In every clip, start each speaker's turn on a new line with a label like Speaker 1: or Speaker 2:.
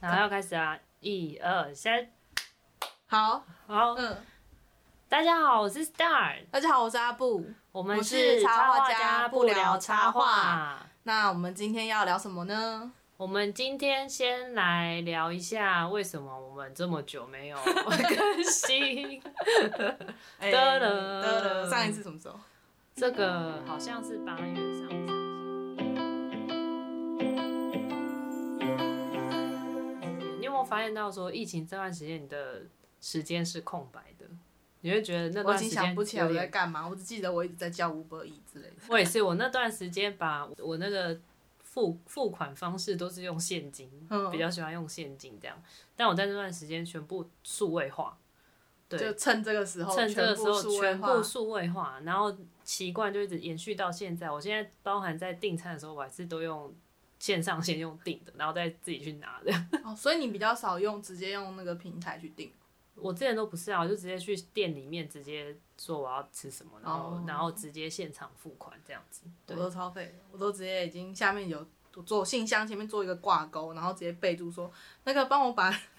Speaker 1: 然后要开始啊，一二三，
Speaker 2: 好，
Speaker 1: 好，
Speaker 2: 嗯，
Speaker 1: 大家好，我是 Star，
Speaker 2: 大家好，我是阿布。
Speaker 1: 我们
Speaker 2: 我是
Speaker 1: 插
Speaker 2: 插画
Speaker 1: 画
Speaker 2: 家
Speaker 1: 不
Speaker 2: 不聊
Speaker 1: 聊
Speaker 2: 插画，那我们今天要聊什么呢？
Speaker 1: 我们今天先来聊一下为什么我们这么久没有更新，
Speaker 2: 哎
Speaker 1: 得了
Speaker 2: 得了，上一次什么时候？
Speaker 1: 这个好像是八月上上线。你有没有发现到说，疫情这段时间你的时间是空白的？你会觉得那
Speaker 2: 我
Speaker 1: 段
Speaker 2: 已
Speaker 1: 时
Speaker 2: 经
Speaker 1: 间
Speaker 2: 想不起来
Speaker 1: 有
Speaker 2: 我
Speaker 1: 点
Speaker 2: 在干嘛，我只记得我一直在叫吴伯义之类的。
Speaker 1: 我也是，我那段时间把我那个付付款方式都是用现金，
Speaker 2: 嗯
Speaker 1: 比较喜欢用现金这样。但我在那段时间全部数位化，
Speaker 2: 就
Speaker 1: 对，
Speaker 2: 趁这个时候，
Speaker 1: 趁这个时候
Speaker 2: 哦数位
Speaker 1: 全
Speaker 2: 化
Speaker 1: 部数位化，然后习惯就一直延续到现在。我现在包含在订餐的时候，我还是都用线上先用订的，然后再自己去拿的。
Speaker 2: 哦，所以你比较少用，直接用那个平台去订。
Speaker 1: 我之前都不是啊，我就直接去店里面直接说我要吃什么，然后、
Speaker 2: 哦
Speaker 1: 然后直接现场付款这样子。
Speaker 2: 我
Speaker 1: 对
Speaker 2: 都超废的，我都直接已经下面有做信箱前面做一个挂钩，然后直接备注说那个帮我把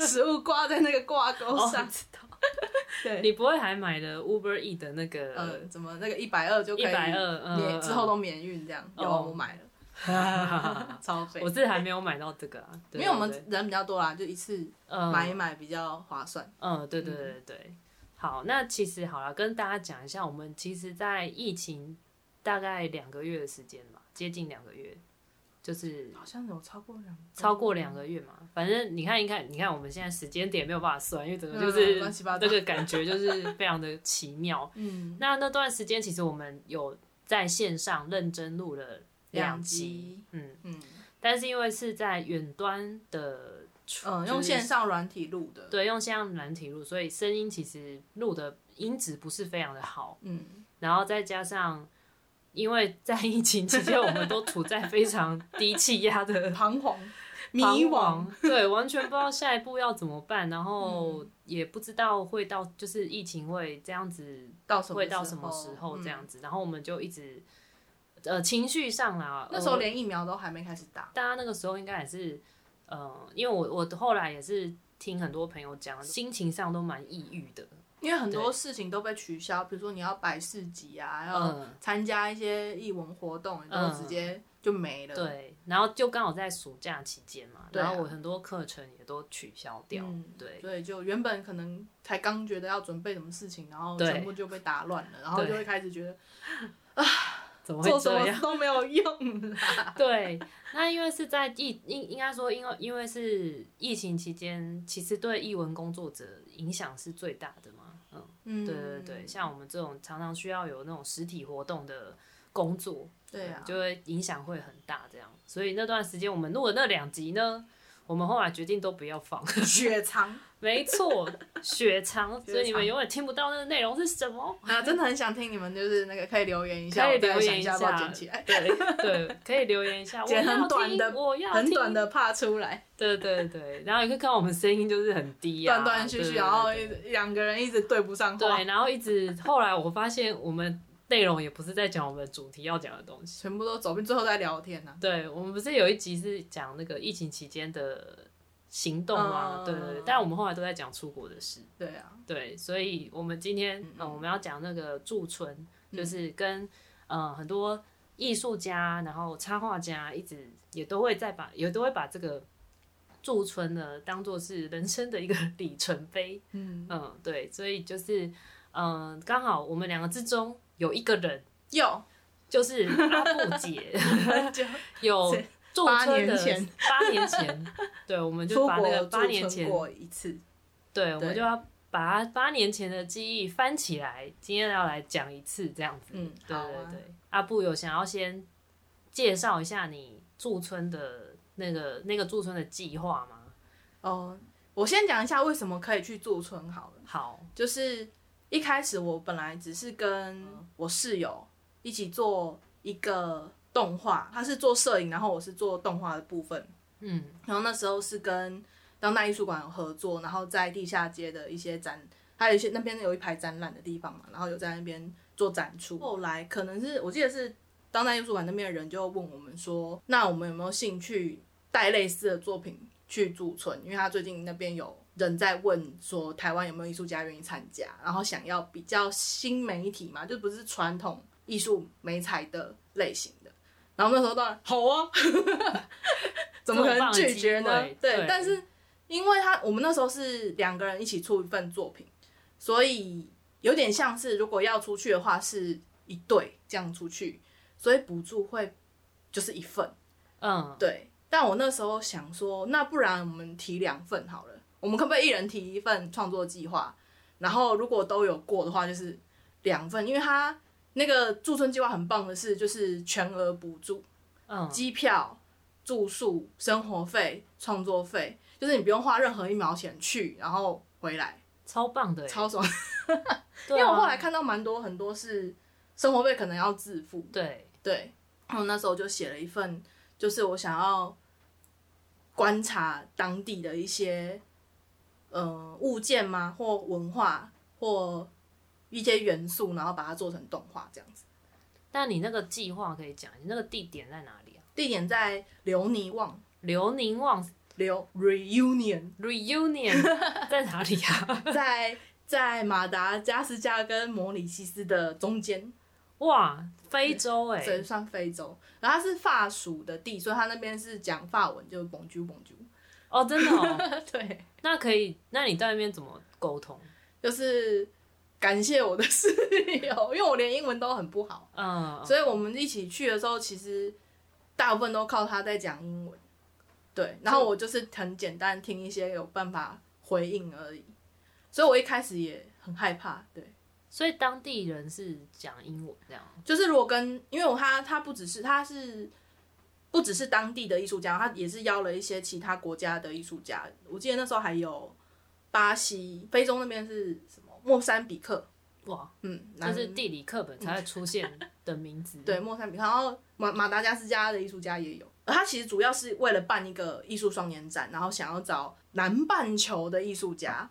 Speaker 2: 食物挂在那个挂钩
Speaker 1: 哦
Speaker 2: 上。 对，
Speaker 1: 你不会还买了 Uber E 的那个？
Speaker 2: 嗯，怎么那个一百二就可
Speaker 1: 一
Speaker 2: 以
Speaker 1: 百二，
Speaker 2: 免
Speaker 1: 嗯，
Speaker 2: 之后都免运这样？有啊
Speaker 1: 哦
Speaker 2: 我买 了，
Speaker 1: 都，
Speaker 2: 超废
Speaker 1: 我。是还没有买到这个啊，
Speaker 2: 因
Speaker 1: 对
Speaker 2: 为我们
Speaker 1: 对
Speaker 2: 人比较多啦，就一次
Speaker 1: 嗯
Speaker 2: 买一买比较划算。
Speaker 1: 嗯，对对对对对，好，那其实好了，跟大家讲一下，我们其实，在疫情大概两个月的时间嘛，接近两个月，就是
Speaker 2: 嗯好像有超过两，
Speaker 1: 超过两个月嘛，反正你看，你看，你看，我们现在时间点没有办法算，因为整个就
Speaker 2: 嗯
Speaker 1: 是
Speaker 2: 乱七八糟
Speaker 1: 那个感觉就是非常的奇妙。
Speaker 2: 嗯
Speaker 1: 那那段时间，其实我们有在线上认真录了
Speaker 2: 两
Speaker 1: 两
Speaker 2: 集
Speaker 1: 集，嗯。
Speaker 2: 嗯
Speaker 1: 但是因为是在远端的，
Speaker 2: 嗯，用线上软体录的，
Speaker 1: 对，用像软体录，所以声音其实录的音质不是非常的好，
Speaker 2: 嗯，
Speaker 1: 然后再加上。因为在疫情期间，我们都处在非常低气压的
Speaker 2: 彷徨、迷
Speaker 1: 彷
Speaker 2: 惘，
Speaker 1: 徨，对，完全不知道下一步要怎么办，然后也不知道会到就是疫情会这样子
Speaker 2: 到什么
Speaker 1: 会到什么时候这样子，然后我们就一直呃情绪上啦，
Speaker 2: 嗯那时候
Speaker 1: 呃
Speaker 2: 连疫苗都还没开始打，
Speaker 1: 大家那个时候应该也是，呃，因为我我后来也是听很多朋友讲，心情上都蛮抑郁的。
Speaker 2: 因为很多事情都被取消，比如说你要摆市集啊，要
Speaker 1: 嗯
Speaker 2: 参加一些艺文活动，你都
Speaker 1: 嗯
Speaker 2: 直接就没了。
Speaker 1: 对，然后就刚好在暑假期间嘛，
Speaker 2: 对啊
Speaker 1: 然后我很多课程也都取消掉。
Speaker 2: 嗯
Speaker 1: 对，
Speaker 2: 所以就原本可能才刚觉得要准备什么事情，然后
Speaker 1: 对
Speaker 2: 全部就被打乱了，然后
Speaker 1: 对
Speaker 2: 就会开始觉得
Speaker 1: 怎么
Speaker 2: 做
Speaker 1: 会
Speaker 2: 什
Speaker 1: 这样？
Speaker 2: 么都没有用了。
Speaker 1: 对，那因为是在疫应应该说，因为因为是疫情期间，其实对译文工作者影响是最大的嘛。嗯，
Speaker 2: 嗯，
Speaker 1: 对对对，像我们这种常常需要有那种实体活动的工作，
Speaker 2: 对 啊，
Speaker 1: 嗯就会影响会很大，这样。所以那段时间我们录的那两集呢，我们后来决定都不要放。
Speaker 2: 血 藏
Speaker 1: 没 错，雪藏，
Speaker 2: 雪藏
Speaker 1: 所以你们永远听不到那个内容是什么。
Speaker 2: 啊，真的很想听你们就是那个可以留言一下，
Speaker 1: 可以
Speaker 2: 我再
Speaker 1: 留
Speaker 2: 想
Speaker 1: 言
Speaker 2: 一
Speaker 1: 一
Speaker 2: 下，
Speaker 1: 下
Speaker 2: 要不要捡起来？
Speaker 1: 对对，可以留言一下。我要
Speaker 2: 剪很短
Speaker 1: 听
Speaker 2: 的
Speaker 1: 我要
Speaker 2: 很
Speaker 1: 听
Speaker 2: 短。的怕出来，
Speaker 1: 对对对，然后你可以看到我们声音就是很低啊，
Speaker 2: 断断续
Speaker 1: 对
Speaker 2: 续，
Speaker 1: 对
Speaker 2: 然后
Speaker 1: 对
Speaker 2: 一直两个人一直对不上话
Speaker 1: 对，，然后一直后来我发现我们内容也不是在讲我们主题要讲的东西。
Speaker 2: 全部都走遍，最后再聊天啊呢。
Speaker 1: 对，我们不是有一集是讲那个疫情期间的行动吗？
Speaker 2: 嗯
Speaker 1: 对对对，但我们后来都在讲出国的事。
Speaker 2: 对啊，
Speaker 1: 对，所以我们今天嗯、呃我们要讲那个驻村，就是
Speaker 2: 嗯
Speaker 1: 跟呃很多艺术家，然后插画家，一直也都会在把也都会把这个驻村呢当做是人生的一个里程碑。
Speaker 2: 嗯，
Speaker 1: 嗯，对，所以就是嗯、呃刚好我们两个之中有一个人
Speaker 2: 有
Speaker 1: 就是阿布姐。
Speaker 2: 就
Speaker 1: 有
Speaker 2: 是
Speaker 1: 驻
Speaker 2: 八
Speaker 1: 村
Speaker 2: 年
Speaker 1: 的
Speaker 2: 前
Speaker 1: 八年前，对，我们就
Speaker 2: 出
Speaker 1: 把那个
Speaker 2: 国
Speaker 1: 八
Speaker 2: 驻
Speaker 1: 年
Speaker 2: 村
Speaker 1: 前，
Speaker 2: 过一次，
Speaker 1: 对，我
Speaker 2: 对
Speaker 1: 们就要把八年前的记忆翻起来，今天要来讲一次这样子。
Speaker 2: 嗯
Speaker 1: 对
Speaker 2: 好
Speaker 1: 对
Speaker 2: 啊
Speaker 1: 对。阿布有想要先介绍一下你驻村的那个那个驻村的计划吗？
Speaker 2: 哦，我先讲一下为什么可以去驻村好了。
Speaker 1: 好，
Speaker 2: 就是一开始我本来只是跟我室友一起做一个动画，他是做摄影，然后我是做动画的部分。
Speaker 1: 嗯，
Speaker 2: 然后那时候是跟当代艺术馆有合作，然后在地下街的一些展，还有一些那边有一排展览的地方嘛，然后有在那边做展出。后来可能是我记得是当代艺术馆那边的人就问我们说，那我们有没有兴趣带类似的作品去驻村，因为他最近那边有人在问说台湾有没有艺术家愿意参加，然后想要比较新媒体嘛，就不是传统艺术媒材的类型的。然后那时候当
Speaker 1: 嗯
Speaker 2: 然好啊，怎么可能拒绝
Speaker 1: 这么棒
Speaker 2: 呢
Speaker 1: 的机会？对
Speaker 2: 对，但是因为他我们那时候是两个人一起出一份作品，所以有点像是如果要出去的话是一对这样出去，所以补助会就是一份。
Speaker 1: 嗯，
Speaker 2: 对，但我那时候想说，那不然我们提两份好了，我们可不可以一人提一份创作计划？然后如果都有过的话，就是两份，因为他那个驻村计划很棒的是，就是全额补助，
Speaker 1: 嗯，
Speaker 2: 机票、住宿、生活费、创作费，就是你不用花任何一毛钱去，然后回来，
Speaker 1: 超棒的耶，
Speaker 2: 超爽。因
Speaker 1: 对啊
Speaker 2: 为我后来看到蛮多很多是生活费可能要自付，
Speaker 1: 对，
Speaker 2: 对，然后那时候就写了一份，就是我想要观察当地的一些呃物件吗，或文化或一些元素，然后把它做成动画这样子。
Speaker 1: 但你那个计划可以讲，你那个地点在哪里啊？
Speaker 2: 地点在留尼旺
Speaker 1: 刘宁旺
Speaker 2: 留 reunion，
Speaker 1: reunion 在哪里啊？
Speaker 2: 在在马达加斯加跟摩里西斯的中间，
Speaker 1: 哇，非洲哎、
Speaker 2: 这算非洲。然后它是法属的地，所以它那边是讲法文，就是 bonjour bonjour。
Speaker 1: 哦，真的哦，
Speaker 2: 对，
Speaker 1: 那可以，那你在那边怎么沟通？
Speaker 2: 就是感谢我的室友，因为我连英文都很不好，
Speaker 1: 嗯，
Speaker 2: 所以我们一起去的时候，其实大部分都靠他在讲英文。对，然后我就是很简单听一些有办法回应而已，所以我一开始也很害怕。对，
Speaker 1: 所以当地人是讲英文这样，
Speaker 2: 就是如果跟，因为我他他不只是他是不只是当地的艺术家，他也是邀了一些其他国家的艺术家。我记得那时候还有巴西、非洲那边是什么莫桑比克，
Speaker 1: 哇，
Speaker 2: 嗯，
Speaker 1: 这
Speaker 2: 南
Speaker 1: 是地理课本才会出现的名字。
Speaker 2: 对，莫桑比克，然后马马达加斯加的艺术家也有。呃他其实主要是为了办一个艺术双年展，然后想要找南半球的艺术家。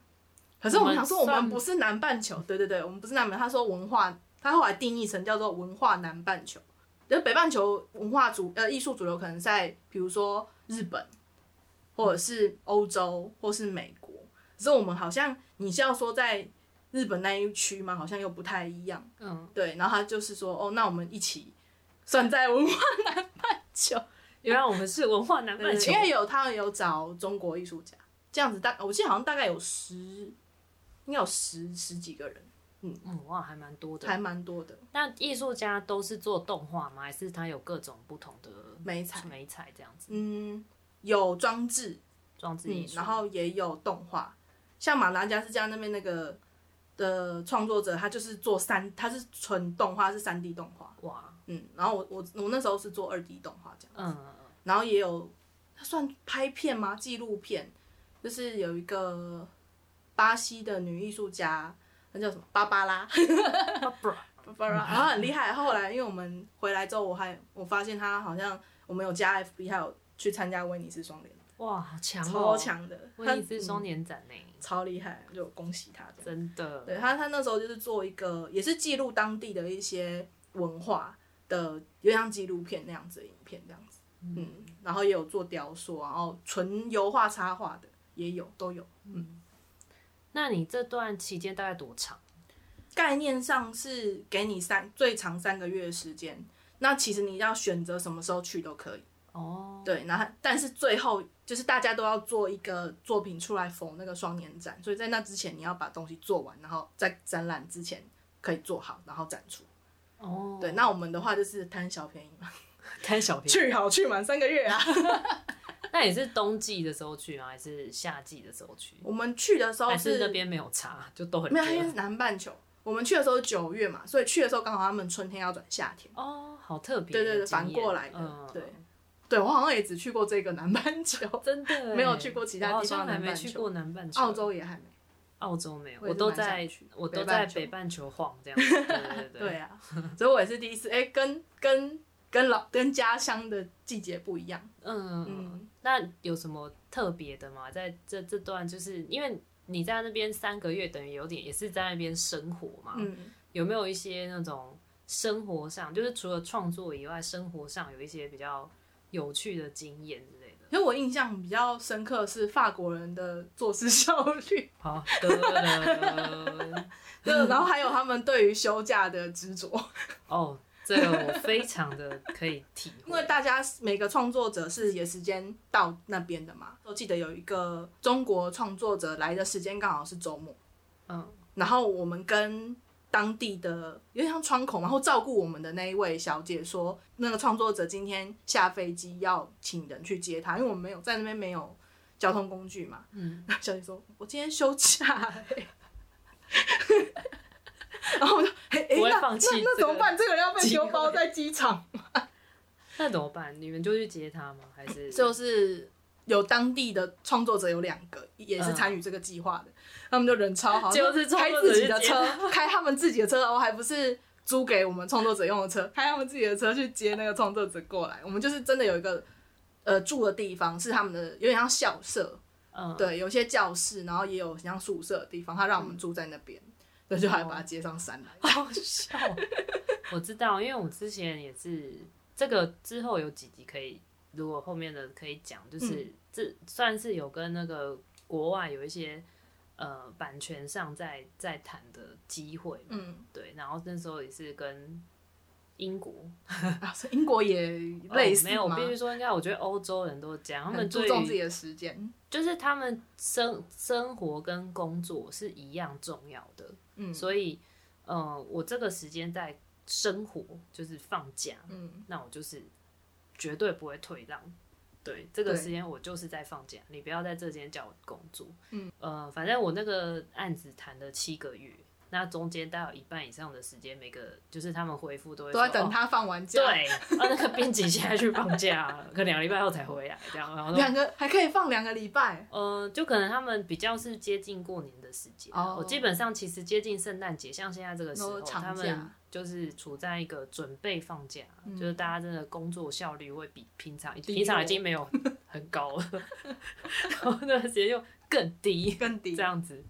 Speaker 2: 可是我们想说，我
Speaker 1: 我们
Speaker 2: 们
Speaker 1: 算
Speaker 2: 不是南半球，对对对，我们不是南半球。他说文化，他后来定义成叫做文化南半球，就是北半球文化主呃艺术主流可能在比如说日本，或者是欧洲，或是美国。可是我们好像你是要说在日本那一区吗？好像又不太一 样。
Speaker 1: 嗯，
Speaker 2: 对，然后他就是说，哦，那我们一起算在文化南半球，
Speaker 1: 原来我们是文化南半球
Speaker 2: 因。为有他有找中国艺术家，这样子大，我记得好像大概有十，应该有十十几个人，
Speaker 1: 嗯，哇，还蛮多的。
Speaker 2: 还蛮多的，
Speaker 1: 那艺术家都是做动画吗？还是他有各种不同的
Speaker 2: 美彩，
Speaker 1: 美彩这样子？
Speaker 2: 嗯，有装置，
Speaker 1: 装置艺
Speaker 2: 嗯，
Speaker 1: 术，
Speaker 2: 然后也有动画，像马达加斯加那边那个的创作者，他就是做三，他是纯动画，是三 D 动画，
Speaker 1: 哇，
Speaker 2: 嗯，然后我我我那时候是做二 D 动画这样。
Speaker 1: 嗯，
Speaker 2: 然后也有它算拍片吗？纪录片，就是有一个巴西的女艺术家，那叫什么芭芭拉，芭芭拉，然后很厉害。后来因为我们回来之后，我还我发现她好像我们有加 FB，还有去参加威尼斯双联，
Speaker 1: 哇，好强
Speaker 2: 超
Speaker 1: 哦！
Speaker 2: 强的，
Speaker 1: 威尼斯
Speaker 2: 她
Speaker 1: 双年展呢，
Speaker 2: 嗯超厉害，就恭喜她这样。
Speaker 1: 真的。
Speaker 2: 对他，他那时候就是做一个，也是记录当地的一些文化的，有点像纪录片那样子的影片这样子。嗯，然后也有做雕塑，然后纯油画、插画的也有，都有。
Speaker 1: 那你这段期间大概多长？
Speaker 2: 概念上是给你三最长三个月的时间，那其实你要选择什么时候去都可以。
Speaker 1: 哦，
Speaker 2: 对，然后但是最后就是大家都要做一个作品出来否那个双年展，所以在那之前你要把东西做完，然后在展览之前可以做好，然后展出。
Speaker 1: 哦，
Speaker 2: 对，，那我们的话就是贪小便宜嘛，
Speaker 1: 贪小便宜。
Speaker 2: 去好去满三个月啊。
Speaker 1: 那也是冬季的时候去吗？还是夏季的时候去？
Speaker 2: 我们去的时候
Speaker 1: 还是那边没有差，就都很
Speaker 2: 没有，因为
Speaker 1: 热。
Speaker 2: 是南半球。我们去的时候是九月嘛，所以去的时候刚好他们春天要转夏天。
Speaker 1: 哦，好特别的
Speaker 2: 对
Speaker 1: 经验。
Speaker 2: 对对，反过来的。
Speaker 1: 嗯，
Speaker 2: 对，对我好像也只去过这个南半球，
Speaker 1: 真的耶
Speaker 2: 没有去过其他地方
Speaker 1: 我好像还
Speaker 2: 南
Speaker 1: 没
Speaker 2: 半球
Speaker 1: 去过南半球，
Speaker 2: 澳洲也还没。
Speaker 1: 澳洲没有，我
Speaker 2: 我也是
Speaker 1: 都
Speaker 2: 蛮想
Speaker 1: 在
Speaker 2: 去
Speaker 1: 我都
Speaker 2: 北半
Speaker 1: 在
Speaker 2: 球
Speaker 1: 北半球晃这样子。对对对
Speaker 2: 对啊，所以我也是第一次，哎、跟跟跟老跟家乡的季节不 一样。
Speaker 1: 嗯，那有什么特别的吗？在这这段，就是因为你在那边三个月，等于有点也是在那边生活嘛，
Speaker 2: 嗯，
Speaker 1: 有没有一些那种生活上，就是除了创作以外，生活上有一些比较有趣的经验之类的？
Speaker 2: 可是我印象比较深刻是法国人的做事效率，
Speaker 1: 好的，
Speaker 2: 对，然后还有他们对于休假的执着，
Speaker 1: 哦，这个我非常的可以体会，
Speaker 2: 因为大家每个创作者是也时间到那边的嘛。我记得有一个中国创作者来的时间刚好是周末，
Speaker 1: 嗯，
Speaker 2: 然后我们跟当地的有点像窗口嘛，然后照顾我们的那一位小姐说，那个创作者今天下飞机要请人去接他，因为我们没有在那边没有交通工具嘛。
Speaker 1: 嗯，
Speaker 2: 小姐说，我今天休假、 欸 然后我就，哎、哎
Speaker 1: 不会
Speaker 2: 那
Speaker 1: 放
Speaker 2: 那
Speaker 1: 弃
Speaker 2: 那
Speaker 1: 这
Speaker 2: 怎
Speaker 1: 个
Speaker 2: 么办？这个人要被
Speaker 1: 机
Speaker 2: 丢包
Speaker 1: 会
Speaker 2: 在机场。
Speaker 1: 那怎么办？你们就去接他吗？还是
Speaker 2: 就是有当地的创作者有两个，也是参与这个计划的，他们就人超好，
Speaker 1: 嗯就是创
Speaker 2: 开
Speaker 1: 作者
Speaker 2: 自己的
Speaker 1: 去接
Speaker 2: 车，开他们自己的车，哦，还不是租给我们创作者用的车，开他们自己的车去接那个创作者过来。我们就是真的有一个呃住的地方是他们的，有点像校舍，
Speaker 1: 嗯，
Speaker 2: 对，有些教室，然后也有像宿舍的地方，他让我们住在那边，那、就还把
Speaker 1: 哦
Speaker 2: 他接上山来。
Speaker 1: 好笑。 我知道，因为我之前也是这个之后有几集可以，如果后面的可以讲，
Speaker 2: 嗯
Speaker 1: 就是、这算是有跟那个国外有一些呃版权上在在谈的机会嘛，
Speaker 2: 嗯，
Speaker 1: 对。然后那时候也是跟英国
Speaker 2: 啊，所以英国也类似
Speaker 1: 哦没有，我
Speaker 2: 吗？
Speaker 1: 必须说，应该我觉得欧洲人都这样，他们
Speaker 2: 很注
Speaker 1: 对
Speaker 2: 重自
Speaker 1: 于
Speaker 2: 己的时间，
Speaker 1: 就是他们生生活跟工作是一样重要的，
Speaker 2: 嗯
Speaker 1: 所以呃，我这个时间在生活就是放假，
Speaker 2: 嗯，
Speaker 1: 那我就是绝对不会退让。对，这个
Speaker 2: 对
Speaker 1: 时间我就是在放假，你不要在这间叫我工作。
Speaker 2: 嗯，
Speaker 1: 呃，反正我那个案子谈了七个月，那中间大概有一半以上的时间，每个就是他们回复都会
Speaker 2: 都
Speaker 1: 说
Speaker 2: 在等
Speaker 1: 哦
Speaker 2: 他放完假。
Speaker 1: 对，啊，那个编辑现在去放假了，可能两个礼拜后才回来，这样，然后说，
Speaker 2: 两个还可以放两个礼拜，
Speaker 1: 呃，就可能他们比较是接近过年的时间啊。
Speaker 2: 哦
Speaker 1: 我基本上其实接近圣诞节，像现在这个时候，
Speaker 2: 都长假嗯
Speaker 1: 他们就是处在一个准备放假，啊就是大家真的工作效率会比平常，
Speaker 2: 低哦
Speaker 1: 平常
Speaker 2: 落
Speaker 1: 已经没 有很高了，然后那个时间又更低，
Speaker 2: 更低
Speaker 1: 这，样子。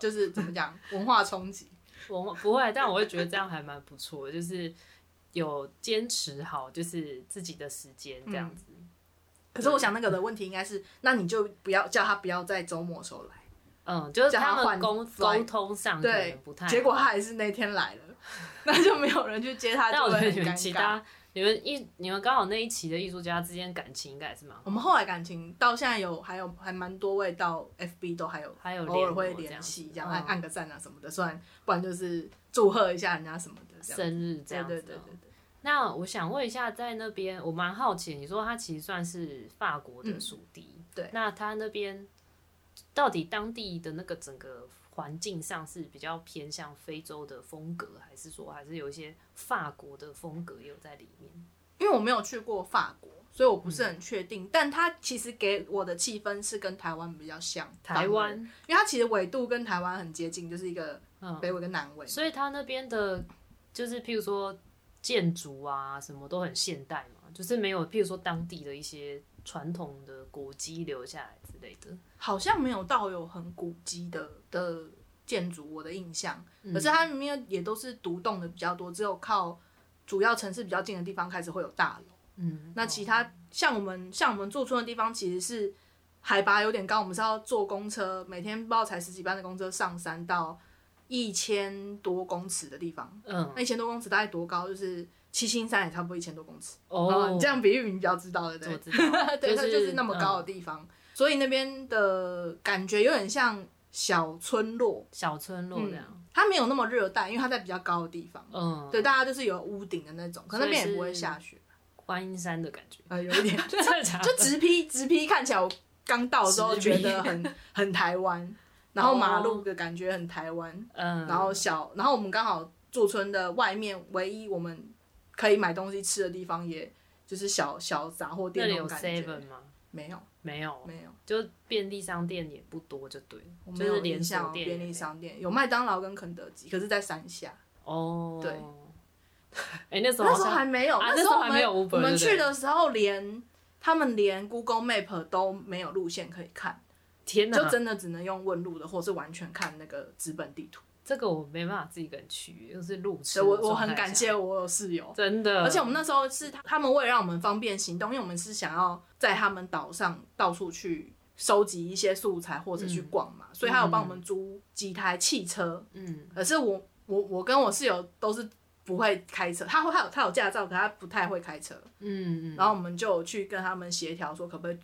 Speaker 2: 就是 怎么讲，文化冲击。
Speaker 1: 我不会，但我会觉得这样还蛮不错的，就是有坚持好，就是自己的时间这
Speaker 2: 嗯
Speaker 1: 样子。
Speaker 2: 可是我想那个的问题应该是，那你就不要叫他不要在周末时候来，
Speaker 1: 嗯，就是
Speaker 2: 叫他
Speaker 1: 他们
Speaker 2: 换
Speaker 1: 沟
Speaker 2: flight
Speaker 1: 沟通上可
Speaker 2: 对
Speaker 1: 能不太好。
Speaker 2: 结果他还是那天来了， 那就没有人去接 他，
Speaker 1: 但
Speaker 2: 就
Speaker 1: 我
Speaker 2: 会
Speaker 1: 觉得
Speaker 2: 很
Speaker 1: 你们
Speaker 2: 尴
Speaker 1: 其
Speaker 2: 尬。
Speaker 1: 他你们一你们刚好那一期的艺术家之间感情应该也是蛮好，
Speaker 2: 我们后来感情到现在有还有还蛮多位到 FB 都还有
Speaker 1: 还有
Speaker 2: 偶尔
Speaker 1: 络
Speaker 2: 会
Speaker 1: 这
Speaker 2: 联
Speaker 1: 样
Speaker 2: 系，
Speaker 1: 子
Speaker 2: 这样
Speaker 1: 嗯
Speaker 2: 按按个赞啊什么的，虽然不然就是祝贺一下人家什么的，这样。
Speaker 1: 生日这
Speaker 2: 对
Speaker 1: 样子
Speaker 2: 对
Speaker 1: 哦。
Speaker 2: 对对对，
Speaker 1: 那我想问一下，在那边我蛮好奇，你说它其实算是法国的
Speaker 2: 嗯
Speaker 1: 属地，
Speaker 2: 对
Speaker 1: 那它那边到底当地的那个整个环境上是比较偏向非洲的风格，还是说还是有一些法国的风格也有在里面？
Speaker 2: 因为我没有去过法国，所以我不是
Speaker 1: 嗯
Speaker 2: 很确定。但它其实给我的气氛是跟台湾比较像，
Speaker 1: 台
Speaker 2: 当然
Speaker 1: 湾，
Speaker 2: 因为它其实纬度跟台湾很接近，就是一个
Speaker 1: 嗯，
Speaker 2: 北纬跟南纬。
Speaker 1: 所以他那边的，就是譬如说建筑啊，什么都很现代嘛，就是没有譬如说当地的一些传统的古迹留下来之类的。
Speaker 2: 好像没有到有很古迹的的建筑，我的印象。
Speaker 1: 嗯
Speaker 2: 可是它里面也都是独栋的比较多，只有靠主要城市比较近的地方开始会有大楼。
Speaker 1: 嗯，
Speaker 2: 那其他像我们像我们驻村的地方，其实是海拔有点高，我们是要坐公车，每天不知道才十几班的公车上山到一千多公尺的地方。
Speaker 1: 嗯
Speaker 2: 那一千多公尺大概多高？就是七星山也差不多一千多公尺。啊
Speaker 1: 哦，
Speaker 2: 你这样比喻你比较知道，对不对，
Speaker 1: 我？知道
Speaker 2: 对，它
Speaker 1: 是
Speaker 2: 就是那么高的
Speaker 1: 嗯
Speaker 2: 地方，所以那边的感觉有点像小村落，
Speaker 1: 小村
Speaker 2: 嗯
Speaker 1: 落这样，
Speaker 2: 它没有那么热带，因为它在比较高的地方，
Speaker 1: 嗯，
Speaker 2: 对，大家就是有屋顶的那种，可那边
Speaker 1: 所以
Speaker 2: 也
Speaker 1: 是
Speaker 2: 不会下雪，
Speaker 1: 观音山的感
Speaker 2: ，
Speaker 1: 觉
Speaker 2: 呃，有一点，
Speaker 1: 真的假的
Speaker 2: 就直批直批看起来，我刚到的时候
Speaker 1: 直
Speaker 2: 觉
Speaker 1: 批
Speaker 2: 得很很台湾， 然后马
Speaker 1: 哦
Speaker 2: 路的感觉很台湾，
Speaker 1: 嗯，
Speaker 2: 然后小，然后我们刚好驻村的外面唯一我们可以买东西吃的地方，也就是小小杂货
Speaker 1: 那
Speaker 2: 店
Speaker 1: 里
Speaker 2: 那种
Speaker 1: 有
Speaker 2: 感觉，
Speaker 1: seven 吗？
Speaker 2: 没有
Speaker 1: 没有，
Speaker 2: 没有。
Speaker 1: 就便利商店也不多，就对了
Speaker 2: 我，
Speaker 1: 就
Speaker 2: 没有
Speaker 1: 是
Speaker 2: 印
Speaker 1: 连
Speaker 2: 象
Speaker 1: 锁
Speaker 2: 哦
Speaker 1: 店也
Speaker 2: 便
Speaker 1: 没
Speaker 2: 利
Speaker 1: 有
Speaker 2: 商店有麦当劳跟肯德基，可是在山下。
Speaker 1: 哦，
Speaker 2: 对，
Speaker 1: 哎，那时候
Speaker 2: 那
Speaker 1: 好
Speaker 2: 时候
Speaker 1: 像
Speaker 2: 还没有，
Speaker 1: 啊
Speaker 2: 时
Speaker 1: 那时候
Speaker 2: 我
Speaker 1: 还
Speaker 2: 们
Speaker 1: 没有 Uber，
Speaker 2: 我们
Speaker 1: 对不对
Speaker 2: 去的时候连他们连 Google Map 都没有路线可以看，
Speaker 1: 天哪，
Speaker 2: 就真的只能用问路的，或是完全看那个纸本地图。
Speaker 1: 这个我没办法自己一个人去，又是路痴
Speaker 2: 所
Speaker 1: 的状态
Speaker 2: 以我
Speaker 1: 下。
Speaker 2: 我很感谢我有室友，
Speaker 1: 真的，
Speaker 2: 而且我们那时候是他们为了让我们方便行动，因为我们是想要在他们岛上到处去收集一些素材或者去逛嘛，所以他有帮我们租几台汽车。
Speaker 1: 嗯
Speaker 2: 可是我我我跟我室友都是不会开车，他会他有他有驾照，可他不太会开车。
Speaker 1: 嗯嗯，
Speaker 2: 然后我们就有去跟他们协调说，可不可以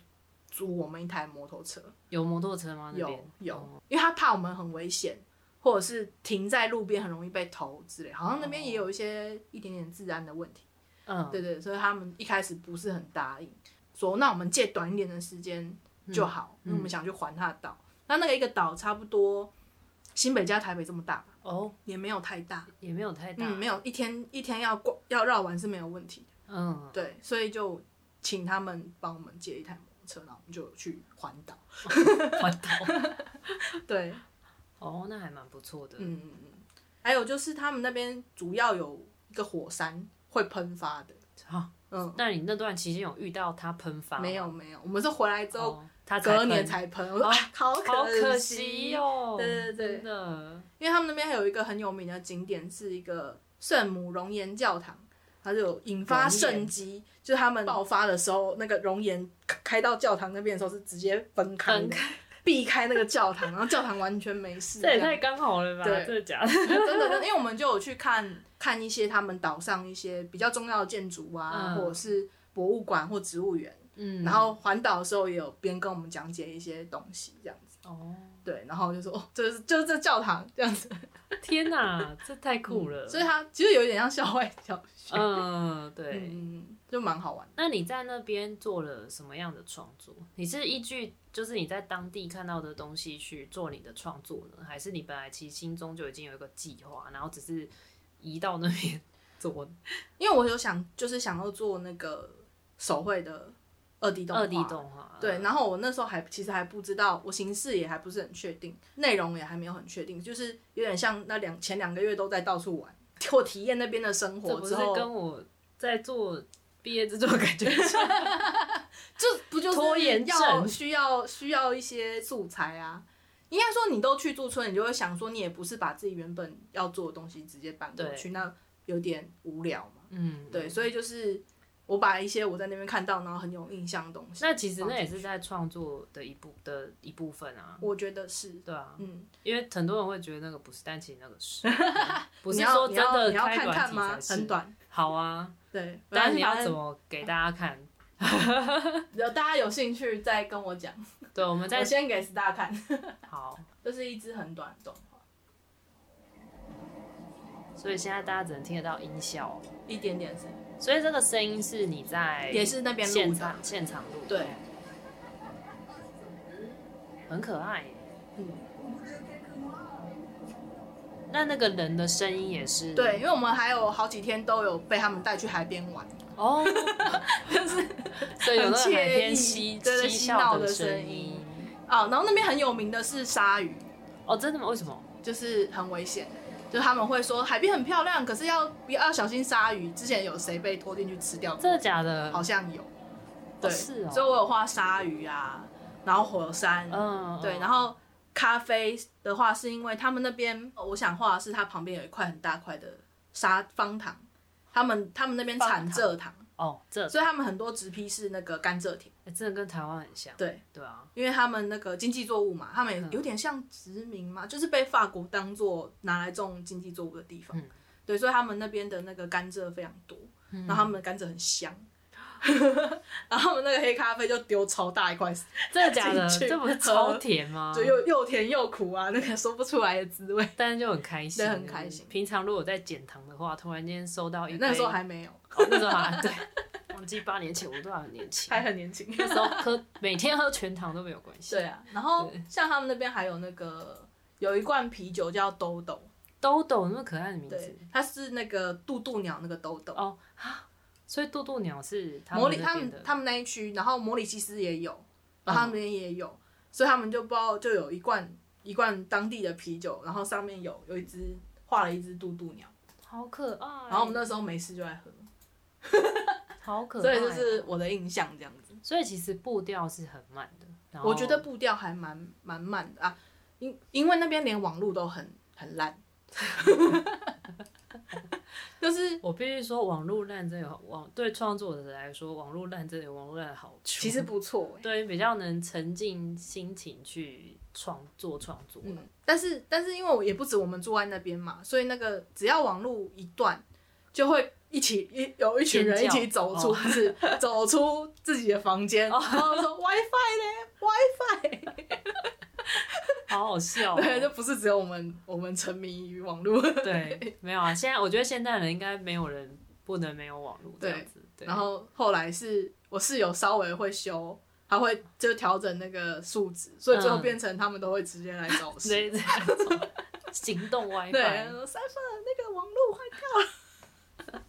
Speaker 2: 租我们一台摩托车？
Speaker 1: 有摩托车吗？那
Speaker 2: 有
Speaker 1: 边
Speaker 2: 有
Speaker 1: 哦，
Speaker 2: 因为他怕我们很危险，或者是停在路边很容易被偷之类。好像那边也有一些一点点治安的问题。
Speaker 1: 哦嗯，
Speaker 2: 对对，所以他们一开始不是很答应，说那我们借短一点的时间
Speaker 1: 嗯
Speaker 2: 就好，因为我们想去环他的岛。那那个一个岛差不多新北加台北这么大吧，
Speaker 1: 哦，
Speaker 2: 也没有太大，
Speaker 1: 也没有太大，
Speaker 2: 嗯，没有一天一天要逛要绕完是没有问题的。
Speaker 1: 嗯，
Speaker 2: 对，所以就请他们帮我们借一台摩托车，然后我们就去 环岛。
Speaker 1: 环岛，
Speaker 2: 对，
Speaker 1: 哦，那还蛮不错的，
Speaker 2: 嗯嗯嗯。还有就是他们那边主要有一个火山会喷发的，
Speaker 1: 好，
Speaker 2: 嗯，
Speaker 1: 那你那段期间有遇到他喷啊发吗
Speaker 2: 没有没有，我们是回来之后
Speaker 1: 哦，他才
Speaker 2: 隔年
Speaker 1: 喷
Speaker 2: 才喷，我 说
Speaker 1: 哦
Speaker 2: 啊好
Speaker 1: 好可惜
Speaker 2: 惜
Speaker 1: 哦，
Speaker 2: 对对对
Speaker 1: 真的，
Speaker 2: 因为他们那边还有一个很有名的景点，是一个圣母熔岩教堂，它就有引发圣机，就是他们爆发的时候，那个熔岩开到教堂那边的时候是直接分开的
Speaker 1: 分，
Speaker 2: 避开那个教堂，然后教堂完全 没事。
Speaker 1: 这也
Speaker 2: 样
Speaker 1: 太刚好了吧？
Speaker 2: 对
Speaker 1: 真的假的？
Speaker 2: 真的，真的因为我们就有去看看一些他们岛上一些比较重要的建筑啊，
Speaker 1: 嗯
Speaker 2: 或者是博物馆或植物园，
Speaker 1: 嗯
Speaker 2: 然后环岛的时候也有边跟我们讲解一些东西，这样子。
Speaker 1: 哦，
Speaker 2: 对，然后我就说哦，这是就是这教堂这样子，
Speaker 1: 天哪，这太酷了，
Speaker 2: 所以它其实有一点像校外教学，
Speaker 1: 嗯， 对。
Speaker 2: 嗯，就蛮好玩的。
Speaker 1: 那你在那边做了什么样的创作？你是依据就是你在当地看到的东西去做你的创作呢，还是你本来其实心中就已经有一个计划，然后只是移到那 边做
Speaker 2: 因为我有想，就是想要做那个手绘的二 D 动画，
Speaker 1: 二 D 动画？
Speaker 2: 对，然后我那时候还其实还不知道，我形式也还不是很确定，内容也还没有很确定，就是有点像那两前两个月都在到处玩， 我体验那边的生
Speaker 1: 这
Speaker 2: 活
Speaker 1: 不
Speaker 2: 之
Speaker 1: 是
Speaker 2: 后，
Speaker 1: 跟我在做毕业制作的感觉像？
Speaker 2: 这不就是
Speaker 1: 拖延症
Speaker 2: 要需要需要一些素材啊？应该说你都去驻村，你就会想说，你也不是把自己原本要做的东西直接搬过
Speaker 1: 对
Speaker 2: 去，那有点无聊嘛。
Speaker 1: 嗯，
Speaker 2: 对，所以就是我把一些我在那边看到，然后很有印象的 东西，
Speaker 1: 那其实那也是在创作的一部的一部分啊，
Speaker 2: 我觉得是，
Speaker 1: 对啊，
Speaker 2: 嗯，
Speaker 1: 因为很多人会觉得那个不是，但其实那个 是，不
Speaker 2: 你
Speaker 1: 是
Speaker 2: 要
Speaker 1: 说
Speaker 2: 你
Speaker 1: 真
Speaker 2: 要
Speaker 1: 的
Speaker 2: 你要
Speaker 1: 开
Speaker 2: 看
Speaker 1: 软
Speaker 2: 看
Speaker 1: 体
Speaker 2: 吗
Speaker 1: 才？是
Speaker 2: 很短，
Speaker 1: 好啊，
Speaker 2: 对，
Speaker 1: 但你要
Speaker 2: 么？
Speaker 1: 怎么给大家看？
Speaker 2: 有大家有兴趣再跟我讲，
Speaker 1: 对，我们
Speaker 2: 我
Speaker 1: 在
Speaker 2: 先给大家看，
Speaker 1: 好，
Speaker 2: 这是一支很短的动画，
Speaker 1: 所以现在大家只能听得到音效，
Speaker 2: 一点点声音，
Speaker 1: 所以这个声音是你在
Speaker 2: 也是那边录
Speaker 1: 现
Speaker 2: 的，
Speaker 1: 场现场录，
Speaker 2: 对，
Speaker 1: 很可爱耶。
Speaker 2: 嗯，
Speaker 1: 那那个人的声音也是
Speaker 2: 对，因为我们还有好几天都有被他们带去海边玩，
Speaker 1: 哦，就是 所以有那个
Speaker 2: 很惬意
Speaker 1: 海边嬉
Speaker 2: 对对嬉
Speaker 1: 笑
Speaker 2: 闹的
Speaker 1: 声
Speaker 2: 声音啊，然后那边很有名的是鲨鱼，
Speaker 1: 哦，真的吗？为什么？
Speaker 2: 就是很危险。就是他们会说海边很漂亮，可是要不要小心鲨鱼？之前有谁被拖进去吃掉？
Speaker 1: 真的假的？
Speaker 2: 好像有，对，
Speaker 1: 哦是哦
Speaker 2: 所以我有画鲨鱼啊，然后火山，
Speaker 1: 嗯，
Speaker 2: 对，然
Speaker 1: 后
Speaker 2: 后咖啡的话，是因为他们那边，呃我想画的是它旁边有一块很大块的沙方糖，他们他们那边产蔗糖，
Speaker 1: 哦，这
Speaker 2: 所以他们很多植批是那个甘蔗田，
Speaker 1: 欸真的跟台湾很像，
Speaker 2: 对，
Speaker 1: 对啊，
Speaker 2: 因为他们那个经济作物嘛，他们也
Speaker 1: 嗯
Speaker 2: 有点像殖民嘛，就是被法国当做拿来种经济作物的地方，
Speaker 1: 嗯
Speaker 2: 对，所以他们那边的那个甘蔗非常多，然后他们的甘蔗很香。 然后他们那个黑咖啡就丢超大一块，
Speaker 1: 真的假的？
Speaker 2: 进去
Speaker 1: 这不是超甜吗？
Speaker 2: 就又又甜又苦啊，那个说不出来的滋味。
Speaker 1: 但是就很开心，
Speaker 2: 对很开心
Speaker 1: 平常如果在减糖的话，突然间收到一杯，
Speaker 2: 那个时候还没有，
Speaker 1: 哦那时候还 对，忘记八年前我都还很年轻
Speaker 2: 还，很年轻。
Speaker 1: 那时候喝每天喝全糖都没有关系。
Speaker 2: 对，啊，然后
Speaker 1: 对
Speaker 2: 像他们那边还有那个有一罐啤酒叫兜兜，
Speaker 1: 豆豆那么可爱的名字
Speaker 2: 对，它是那个渡渡鸟那个兜兜，
Speaker 1: 哦啊，所以渡渡鸟是他
Speaker 2: 魔
Speaker 1: 们
Speaker 2: 里
Speaker 1: 那
Speaker 2: 他
Speaker 1: 边
Speaker 2: 们
Speaker 1: 的，嗯
Speaker 2: 他们那一区，然后魔里西斯也有，然后他们那边也有，所以他们就不知道就有一罐一罐当地的啤酒，然后上面有有一只画了一只渡渡鸟，
Speaker 1: 好可爱。
Speaker 2: 然后我们那时候没事就在喝，
Speaker 1: 好可爱，哦
Speaker 2: 所以就是，我的印象这样子。
Speaker 1: 所以其实步调是很慢的。然后
Speaker 2: 我觉得步调还蛮蛮慢的啊，因因为那边连网络都很很烂， 就是
Speaker 1: 我必须说，网络烂真的有网对创作者来说，网络烂真的有网络烂的好处。
Speaker 2: 其实不错、欸，
Speaker 1: 对比较能沉浸心情去创作创作。
Speaker 2: 嗯，但是但是因为我也不止我们住在那边嘛，所以那个只要网络一断，就会一起一有一群人一
Speaker 1: 尖叫哦
Speaker 2: 起走出，不是走出自己的房间，然后 说 WiFi 嘞
Speaker 1: 好好笑哦、哦
Speaker 2: ，WiFi，对，就不是只有我们我们沉迷于网络，
Speaker 1: 对，没有啊。现在我觉得现代人应该没有人不能没有网络这
Speaker 2: 对
Speaker 1: 样子。对，
Speaker 2: 然后后来是我室友稍微会修，他会就调整那个数值，所以最后
Speaker 1: 嗯
Speaker 2: 变成他们都会直接来找我试。
Speaker 1: 对这样子行 动
Speaker 2: 对，
Speaker 1: WiFi，
Speaker 2: 说三分那个网络坏掉了。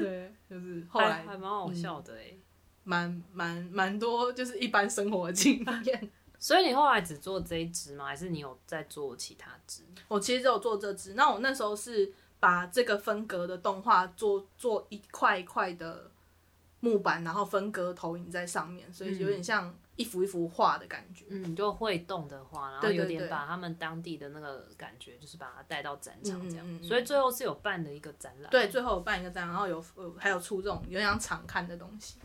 Speaker 2: 对，就是后
Speaker 1: 还
Speaker 2: 来嗯
Speaker 1: 还蛮好笑的哎、
Speaker 2: 蛮蛮蛮多，就是一般生活的经验。
Speaker 1: 所以你后来只做这一支吗？还是你有在做其他支？
Speaker 2: 我其实只有做这支，那我那时候是把这个分隔的动画做做一块一块的木板，然后分隔投影在上面，所以有点像一幅一幅画的感觉。
Speaker 1: 嗯，就会动的话，然后
Speaker 2: 对对
Speaker 1: 有
Speaker 2: 对
Speaker 1: 点把他们当地的那个感觉，就是把它带到展场这样。
Speaker 2: 嗯嗯嗯嗯
Speaker 1: 所以最后是有办的一个展览。
Speaker 2: 对，最后有办一个这样，然后有呃还有出这种有点像常看的东西。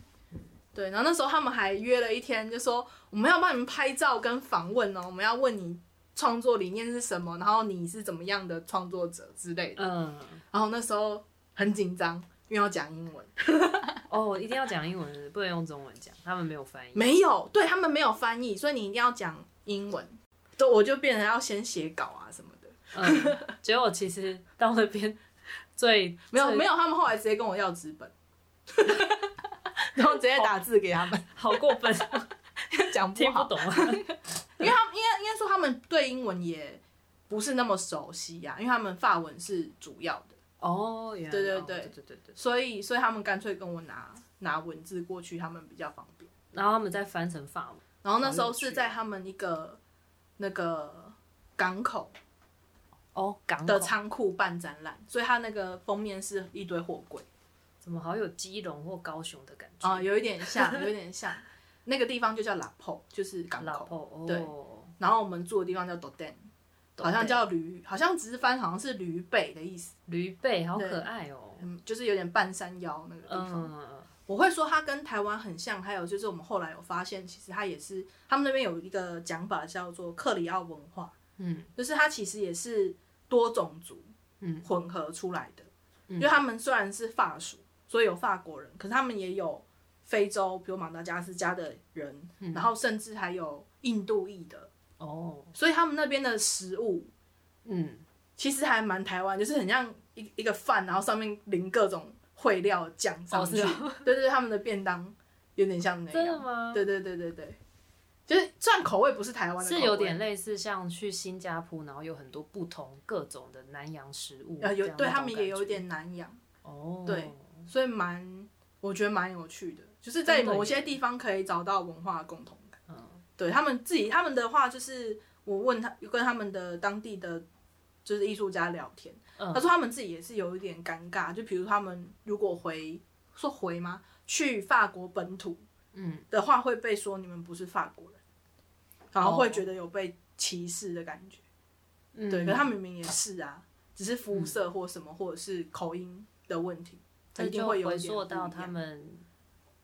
Speaker 2: 对，然后那时候他们还约了一天，就说我们要帮你们拍照跟访问哦，我们要问你创作理念是什么，然后你是怎么样的创作者之类的。
Speaker 1: 嗯，
Speaker 2: 然后那时候很紧张，因为要讲英文，
Speaker 1: 哦，一定要讲英文，不能用中文讲，他们没有翻译。
Speaker 2: 没有，对他们没有翻译，所以你一定要讲英文。对，我就变成要先写稿啊什么的，
Speaker 1: 嗯， 结果其实到那边最
Speaker 2: 没有
Speaker 1: 最
Speaker 2: 没有，他们后来直接跟我要纸本， 然后直接打字给他们，
Speaker 1: 好过 分，
Speaker 2: 讲不
Speaker 1: 听
Speaker 2: 好
Speaker 1: 不。懂。
Speaker 2: 因为他们应该应该说他们对英文也不是那么熟悉啊呀、因为他们法文是主要的，
Speaker 1: 哦，原来
Speaker 2: 对对
Speaker 1: 哦
Speaker 2: 对
Speaker 1: 对对对对。
Speaker 2: 所以所以他们干脆跟我拿拿文字过去，他们比较方便。
Speaker 1: 然后他们再翻成法文，
Speaker 2: 然后那时
Speaker 1: 好
Speaker 2: 候
Speaker 1: 有趣
Speaker 2: 是在他们一个那个港口
Speaker 1: 哦，港
Speaker 2: 的
Speaker 1: 口
Speaker 2: 仓库办展览，所以它那个封面是一堆货柜
Speaker 1: 怎么好有基隆或高雄的感觉？
Speaker 2: 啊、有一点 像，有一点像。那个地方就叫 La p o 就是港
Speaker 1: 老
Speaker 2: 口。
Speaker 1: 婆哦，
Speaker 2: 对然后我们住的地方叫 Doden，
Speaker 1: 懂
Speaker 2: 好像
Speaker 1: 得
Speaker 2: 叫驴，好像直翻好像是驴背的意思，
Speaker 1: 驴背，好
Speaker 2: 对
Speaker 1: 可爱哦。
Speaker 2: 嗯，就是有点半山腰那个地方。
Speaker 1: 嗯，
Speaker 2: 我会说它跟台湾很像，还有就是我们后来有发现，其实它也是他们那边有一个讲法叫做克里奥文化，
Speaker 1: 嗯，
Speaker 2: 就是它其实也是多种族
Speaker 1: 嗯
Speaker 2: 混合出来的，
Speaker 1: 嗯
Speaker 2: 因为他们虽然是法属，所以有法国人，可是他们也有非洲，比如马达加斯加的人，然后甚至还有印度裔的，
Speaker 1: 嗯哦，
Speaker 2: 所以他们那边的食物
Speaker 1: 嗯，
Speaker 2: 其实还蛮台湾，就是很像一一个饭，然后上面淋各种烩料酱上去。
Speaker 1: 哦是
Speaker 2: 对对对，他们的便当有点像那
Speaker 1: 嗯真的
Speaker 2: 样。
Speaker 1: 吗？
Speaker 2: 对对对对对，就是虽然口味不是台湾的口味，
Speaker 1: 是有点类似像去新加坡，然后有很多不同各种的南洋食物，
Speaker 2: 呃有
Speaker 1: 这样
Speaker 2: 对
Speaker 1: 那
Speaker 2: 他
Speaker 1: 种
Speaker 2: 们
Speaker 1: 感
Speaker 2: 也有
Speaker 1: 觉
Speaker 2: 点南洋，
Speaker 1: 哦，
Speaker 2: 对，所以蛮我觉得蛮有趣的，就是在
Speaker 1: 真的耶
Speaker 2: 某些地方可以找到文化共同感。
Speaker 1: 嗯，
Speaker 2: 对他们自己他们的话，就是我问他跟他们的当地的就是艺术家聊天。
Speaker 1: 嗯
Speaker 2: 他说他们自己也是有一点尴尬，就比如他们如果回说回吗？去法国本土
Speaker 1: 嗯，
Speaker 2: 的话，会被说你们不是法国人，然后会
Speaker 1: 哦
Speaker 2: 觉得有被歧视的感觉。
Speaker 1: 嗯
Speaker 2: 对，可他明明也是啊，只是肤色或什么，或者是口音的问题，
Speaker 1: 这
Speaker 2: 一定
Speaker 1: 就
Speaker 2: 会有
Speaker 1: 回
Speaker 2: 一点
Speaker 1: 溯到
Speaker 2: 不一样
Speaker 1: 他们，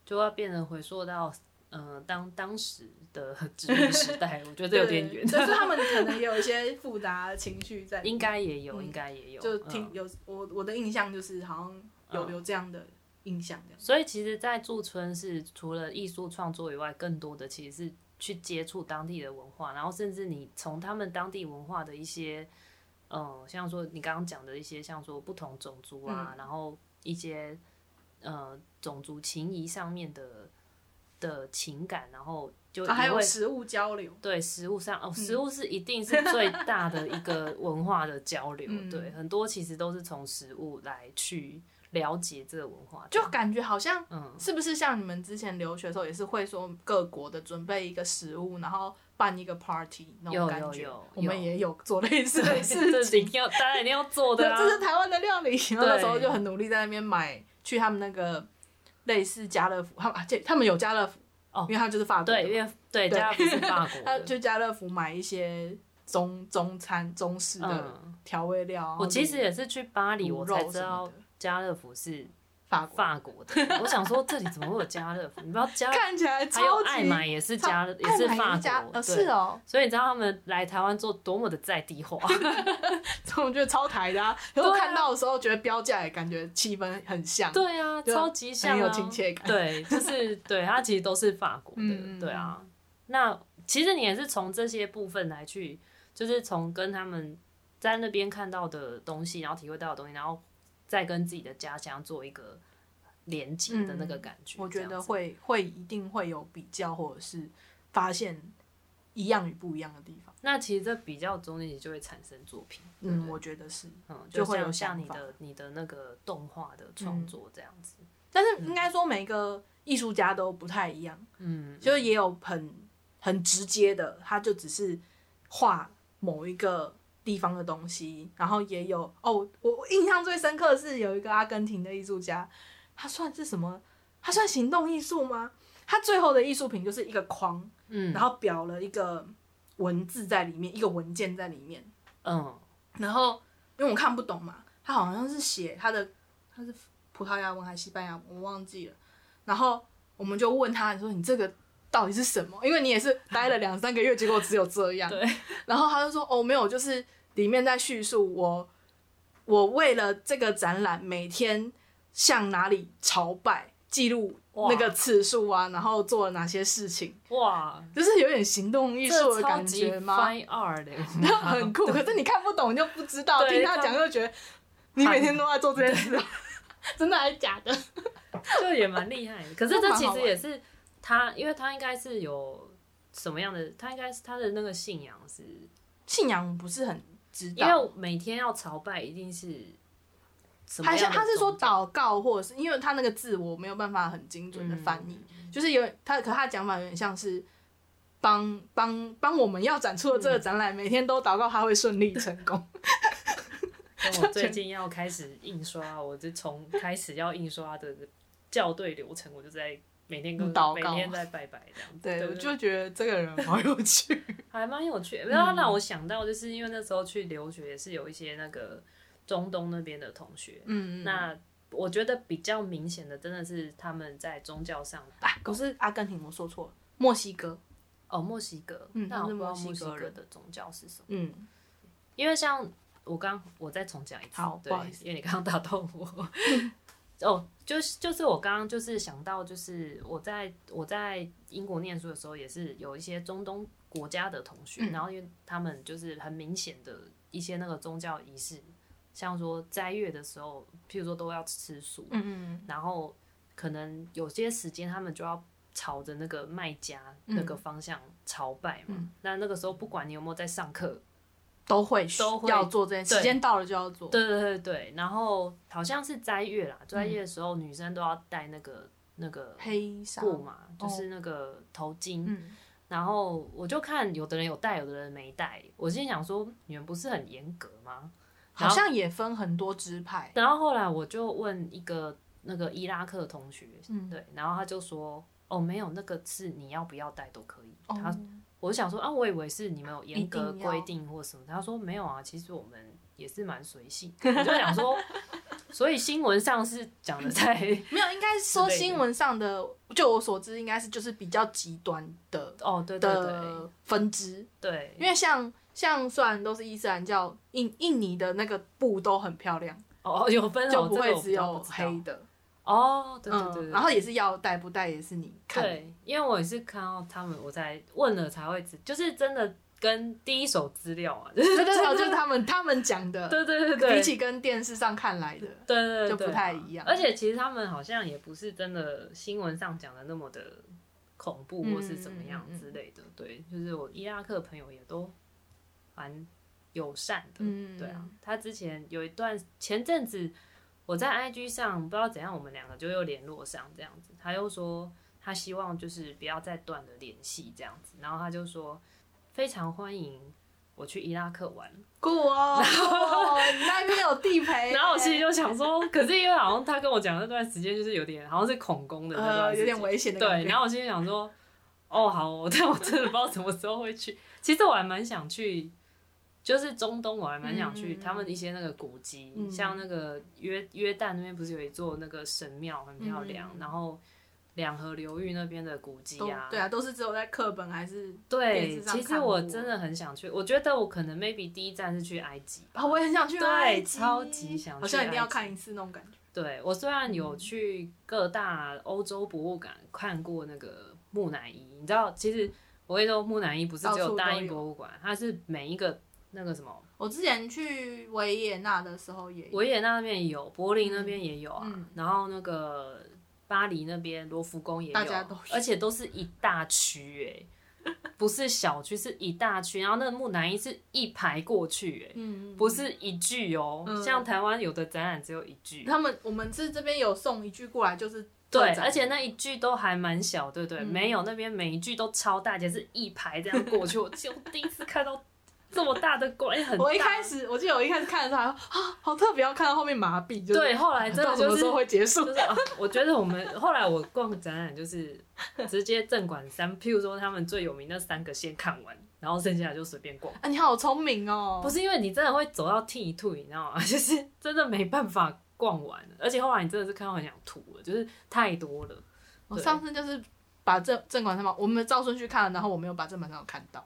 Speaker 1: 就要变成回溯到呃当当时的 殖民时代，我觉得有点远，
Speaker 2: 对对对所以他们可能也有一些复杂的情绪在里面。
Speaker 1: 应该也有，
Speaker 2: 嗯
Speaker 1: 应该 也有，
Speaker 2: 就
Speaker 1: 嗯
Speaker 2: 听有我我的印象就是好像有
Speaker 1: 嗯
Speaker 2: 有这样的印象这样。
Speaker 1: 所以其实，在驻村是除了艺术创作以外，更多的其实是去接触当地的文化，然后甚至你从他们当地文化的一些，呃，像说你刚刚讲的一些，像说不同种族啊，
Speaker 2: 嗯
Speaker 1: 然后一些呃种族情谊上面的的情感，然后就
Speaker 2: 啊，还
Speaker 1: 也
Speaker 2: 有
Speaker 1: 会
Speaker 2: 食物交流，嗯
Speaker 1: 对食物上哦，食物是一定是最大的一 个文化的交流，
Speaker 2: 嗯
Speaker 1: 对，很多其实都是从食物来去了解这个文化，
Speaker 2: 就感觉好像
Speaker 1: 嗯。
Speaker 2: 是不是像你们之前留学的时候也是会说各国的准备一个食物，然后办一个 party 那种
Speaker 1: 有
Speaker 2: 感觉？
Speaker 1: 有有
Speaker 2: 我们
Speaker 1: 有
Speaker 2: 也有做类似的
Speaker 1: 对，
Speaker 2: 事
Speaker 1: 这
Speaker 2: 情
Speaker 1: 是一。定要，当然一定要做的
Speaker 2: 这
Speaker 1: 啊。
Speaker 2: 这是台湾的料理。然后那时候
Speaker 1: 对
Speaker 2: 就很努力在那边买，去他们那个类似家乐福，他们啊这他们有家乐福，
Speaker 1: 哦
Speaker 2: 因为他们就是法国的
Speaker 1: 对，
Speaker 2: 嘛
Speaker 1: 因为对
Speaker 2: 对
Speaker 1: 家
Speaker 2: 呃
Speaker 1: 不是法国
Speaker 2: 他
Speaker 1: 的，
Speaker 2: 去家乐福买一些中中餐中式的
Speaker 1: 嗯，
Speaker 2: 调味料啊。
Speaker 1: 我其实也
Speaker 2: 是
Speaker 1: 是去巴黎，我才知道家乐福是
Speaker 2: 法国，
Speaker 1: 法国的。我想说这里怎么会有家乐福？你不知道家
Speaker 2: 看起来
Speaker 1: 还有
Speaker 2: 超级
Speaker 1: 爱买也是家乐，也
Speaker 2: 爱
Speaker 1: 是
Speaker 2: 买
Speaker 1: 法
Speaker 2: 一家
Speaker 1: 国，
Speaker 2: 呃
Speaker 1: 对
Speaker 2: 是哦，
Speaker 1: 所以你知道他们来台湾做多么的在地化，
Speaker 2: 这种觉得超台的啊。然后
Speaker 1: 对啊
Speaker 2: 看到的时候觉得标价也感觉气氛很像。
Speaker 1: 对啊，
Speaker 2: 对啊
Speaker 1: 超级像、啊，
Speaker 2: 很有亲切感
Speaker 1: 对，就是对，它其实都是法国的，
Speaker 2: 嗯嗯嗯
Speaker 1: 对啊。那其实你也是从这些部分来去，就是从跟他们在那边看到的东西，然后体会到的东西，然后再跟自己的家乡做一个连接的那个感觉。
Speaker 2: 嗯我觉
Speaker 1: 这
Speaker 2: 得
Speaker 1: 样子，
Speaker 2: 会会一定会有比较，或者是发现一样与不一样的地方。
Speaker 1: 那其实这比较中间，你就会产生作品。对不
Speaker 2: 嗯，
Speaker 1: 对
Speaker 2: 我觉得是，
Speaker 1: 嗯，
Speaker 2: 就
Speaker 1: 就
Speaker 2: 会有
Speaker 1: 像像
Speaker 2: 想
Speaker 1: 你
Speaker 2: 法嗯
Speaker 1: 的你的那个动画的创作这样子，
Speaker 2: 但是应该说每个艺术家都不太一样，
Speaker 1: 嗯，
Speaker 2: 就是也有很很直接的，他就只是画某一个地方的东西，然后也有哦，我我印象最深刻的是有一个阿根廷的艺术家，他算是什么？他算行动艺术吗？他最后的艺术品就是一个框，
Speaker 1: 嗯
Speaker 2: 然后裱了一个文字在里面，一个文件在里面。
Speaker 1: 嗯
Speaker 2: 然后因为我看不懂嘛，他好像是写他的他是葡萄牙文还是西班牙文，我忘记了。然后我们就问他，你说你这个到底是什么？因为你也是待了两三个月，结果只有这样。
Speaker 1: 对。
Speaker 2: 然后他就说，哦，没有，就是里面在叙述我我为了这个展览每天向哪里朝拜，记录
Speaker 1: 哇
Speaker 2: 那个次数啊，然后做了哪些事情，
Speaker 1: 哇，
Speaker 2: 就是有点行动艺术
Speaker 1: 这
Speaker 2: 的
Speaker 1: 超
Speaker 2: 感
Speaker 1: 级
Speaker 2: 觉吗？
Speaker 1: fine art 欸的，
Speaker 2: 很酷，可是你看不懂你就不知道，
Speaker 1: 对
Speaker 2: 听他讲就觉得你每天都在做这件 事，真的还是假的？
Speaker 1: 就也蛮厉害的。可是
Speaker 2: 这
Speaker 1: 这
Speaker 2: 蛮
Speaker 1: 其
Speaker 2: 好
Speaker 1: 实
Speaker 2: 玩
Speaker 1: 也是他，因为他应该是有什么样的，他应该是他的那个信仰是，
Speaker 2: 信仰不是很知
Speaker 1: 因
Speaker 2: 道，
Speaker 1: 为每天要朝拜，一定是什么
Speaker 2: 他是
Speaker 1: 样的
Speaker 2: 他是说
Speaker 1: 宗教
Speaker 2: 祷告，或者是因为他那个字我没有办法很精准的翻译，就是有他，可他的讲法有点像是。帮帮帮我们要展出的这个展览，每天都祷告他会顺利成功。
Speaker 1: 跟我最近要开始印刷，我就从开始要印刷的校对流程，我就在每天跟
Speaker 2: 嗯祷
Speaker 1: 每
Speaker 2: 告
Speaker 1: 天在拜拜这样子。
Speaker 2: 对，
Speaker 1: 对
Speaker 2: 我
Speaker 1: 不对，
Speaker 2: 就觉得这个人好有趣。
Speaker 1: 还蛮有趣的。然后
Speaker 2: 嗯
Speaker 1: 让我想到，就是因为那时候去留学，也是有一些那个中东那边的同学，
Speaker 2: 嗯，
Speaker 1: 那我觉得比较明显的，真的是他们在宗教上
Speaker 2: 啊，不是阿根廷，我说错了，墨西哥。
Speaker 1: 哦，墨西哥，
Speaker 2: 嗯
Speaker 1: 但我不知道
Speaker 2: 他是墨
Speaker 1: 墨
Speaker 2: 西
Speaker 1: 西
Speaker 2: 哥
Speaker 1: 哥
Speaker 2: 人
Speaker 1: 人的宗教是什么，
Speaker 2: 嗯，
Speaker 1: 因为像我刚我再重讲一次，
Speaker 2: 好
Speaker 1: 对
Speaker 2: 不好意思
Speaker 1: 因为你刚刚打动我，哦，就是就是我刚刚就是想到，就是我在我在英国念书的时候，也是有一些中东国家的同
Speaker 2: 嗯
Speaker 1: 学，然后因为他们就是很明显的一些那个宗教仪式，像说斋月的时候，譬如说都要吃素，
Speaker 2: 嗯
Speaker 1: 然后可能有些时间他们就要朝着那个卖家
Speaker 2: 嗯
Speaker 1: 那个方向朝拜嘛。那那个时候不管你有没有在上课，
Speaker 2: 都会
Speaker 1: 都会
Speaker 2: 要做这件事，
Speaker 1: 对
Speaker 2: 时间到了就要做。
Speaker 1: 对对对对，然后好像是斋月啦，斋月的时候女生都要戴那个那个
Speaker 2: 黑纱，哦
Speaker 1: 布嘛，就是那个头巾。
Speaker 2: 嗯，
Speaker 1: 然后我就看有的人有戴，有的人没戴，我心想说你们不是很严格吗？
Speaker 2: 好像也分很多支派。
Speaker 1: 然后后来我就问一个那个伊拉克的同学，
Speaker 2: 嗯
Speaker 1: 对，然后他就说。哦，没有，那个是你要不要戴都可以。
Speaker 2: 哦
Speaker 1: 他我想说啊，我以为是你们有严格
Speaker 2: 一定要
Speaker 1: 规定或什么，他说没有啊，其实我们也是蛮随性。我就想说， 所以新闻上是讲的在
Speaker 2: 没有，应该说
Speaker 1: 之类的
Speaker 2: 新闻上的，就我所知，应该是就是比较极端的
Speaker 1: 哦，对对对
Speaker 2: 的分支，
Speaker 1: 对，
Speaker 2: 因为像像虽然都是伊斯兰教，印印尼的那个布都很漂亮，
Speaker 1: 哦有分哦
Speaker 2: 就不
Speaker 1: 这
Speaker 2: 会
Speaker 1: 个我
Speaker 2: 只
Speaker 1: 倒
Speaker 2: 有
Speaker 1: 不知道
Speaker 2: 黑的。
Speaker 1: 哦，对对对
Speaker 2: 嗯
Speaker 1: 对
Speaker 2: 然后也是要戴不戴也是你看。
Speaker 1: 对，因为我也是看到他们，我才问了才会知，就是真的跟第一手资料啊，对
Speaker 2: 对 对对，就是他们他们讲的，
Speaker 1: 对对对，
Speaker 2: 比起跟电视上看来的，
Speaker 1: 对对对
Speaker 2: 就不
Speaker 1: 对
Speaker 2: 太
Speaker 1: 啊
Speaker 2: 一样
Speaker 1: 而且其实他们好像也不是真的新闻上讲的那么的恐怖
Speaker 2: 嗯
Speaker 1: 或是怎么样之类的。对，就是我伊拉克朋友也都蛮友善的。
Speaker 2: 嗯，
Speaker 1: 对啊，，他之前有一段前阵子我在 IG 上不知道怎样，我们两个就又联络上这样子，他又说他希望就是不要再断了联系这样子，然后他就说非常欢迎我去伊拉克玩。
Speaker 2: 酷哦，酷哦你 那边有地陪，
Speaker 1: 然后我心里就想说，可是因为好像他跟我讲那段时间就是有点好像是恐攻的那段
Speaker 2: 呃
Speaker 1: 时
Speaker 2: 有
Speaker 1: 间，
Speaker 2: 点危险的感
Speaker 1: 对。
Speaker 2: 觉。
Speaker 1: 然后我心里 想说，哦好哦，但我真的不知道什么时候会去。其实我还蛮想去就是中东我还蛮想去，
Speaker 2: 嗯
Speaker 1: 他们一些那个古迹，
Speaker 2: 嗯
Speaker 1: 像那个约约旦那边不是有一座那个神庙很漂亮，
Speaker 2: 嗯
Speaker 1: 然后两河流域那边的古迹
Speaker 2: 都
Speaker 1: 啊，
Speaker 2: 对啊，都是只有在课本还是电
Speaker 1: 对，
Speaker 2: 视上看
Speaker 1: 其实我真的很想去，我觉得我可能 maybe 第一站是去埃及。
Speaker 2: 啊，我也很想去
Speaker 1: 对
Speaker 2: 埃及
Speaker 1: 超级想去
Speaker 2: 好像一定要
Speaker 1: 埃及
Speaker 2: 看一次那种感觉。
Speaker 1: 对我虽然
Speaker 2: 嗯
Speaker 1: 有去各大欧洲博物馆看过那个木乃伊，你知道，其实我会说木乃伊不是只
Speaker 2: 到处
Speaker 1: 有
Speaker 2: 都
Speaker 1: 大英
Speaker 2: 有
Speaker 1: 博物馆，它是每一个那个什么
Speaker 2: 我之前去维也纳的时候也有，
Speaker 1: 维也纳那边也有，柏林那边也有啊，
Speaker 2: 嗯嗯
Speaker 1: 然后那个巴黎那边罗浮宫也有，
Speaker 2: 大家都有
Speaker 1: 而且都是一大区哎、不是小区，是一大区，然后那个木乃伊是一排过去哎、
Speaker 2: 嗯，嗯
Speaker 1: 不是一句哦、
Speaker 2: 嗯
Speaker 1: 像台湾有的展览只有一 句，
Speaker 2: 他们我们是这边有送一句过来，就是
Speaker 1: 对，
Speaker 2: 特展
Speaker 1: 而且那一句都还蛮小，对不对？
Speaker 2: 嗯
Speaker 1: 没有那边每一句都超大，而且是一排这样过去。我就第一次看到这么大的怪，很大
Speaker 2: 我一开始我记得我一开始看的时候还说啊好特别，要看到后面麻痹， 就是
Speaker 1: 对，后来真
Speaker 2: 到
Speaker 1: 的
Speaker 2: 什
Speaker 1: 就
Speaker 2: 么
Speaker 1: 是
Speaker 2: 时候会结 束？
Speaker 1: 就是、啊、我觉得我们后来我逛展览就是直接正馆三，譬如说他们最有名那三个先看完，然后剩下的就随便逛。
Speaker 2: 啊，你好聪明哦！
Speaker 1: 不是因为你真的会走到剃吐，你知道吗？ 就是真的没办法逛完，而且后来你真的是看到很想吐了，就是太多了。
Speaker 2: 我
Speaker 1: 对
Speaker 2: 上次就是把正正管三宝，我们照顺序看了，然后我没有把正管三宝看到，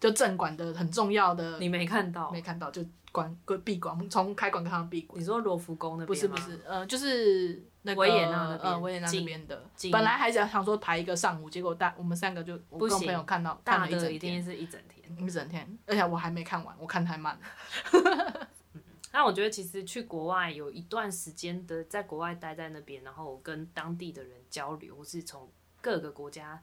Speaker 2: 就正管的很重要的
Speaker 1: 你没看到？
Speaker 2: 没看到，就关关闭关，我们从开关看到闭关。
Speaker 1: 你说罗浮宫那边
Speaker 2: 不是
Speaker 1: 吗
Speaker 2: 不是，呃，就是那个
Speaker 1: 维也纳那边
Speaker 2: 呃维也纳那
Speaker 1: 近
Speaker 2: 边的
Speaker 1: 近。
Speaker 2: 本来还想想说排一个上午，结果大我们三个就我
Speaker 1: 不
Speaker 2: 跟我
Speaker 1: 行
Speaker 2: 朋友看到看
Speaker 1: 大
Speaker 2: 了一
Speaker 1: 的
Speaker 2: 整
Speaker 1: 一
Speaker 2: 天，
Speaker 1: 定是一整天。
Speaker 2: 一整天，而且我还没看完，我看太慢了。
Speaker 1: 那我觉得其实去国外有一段时间的，在国外待在那边，然后跟当地的人交流，或是从各个国家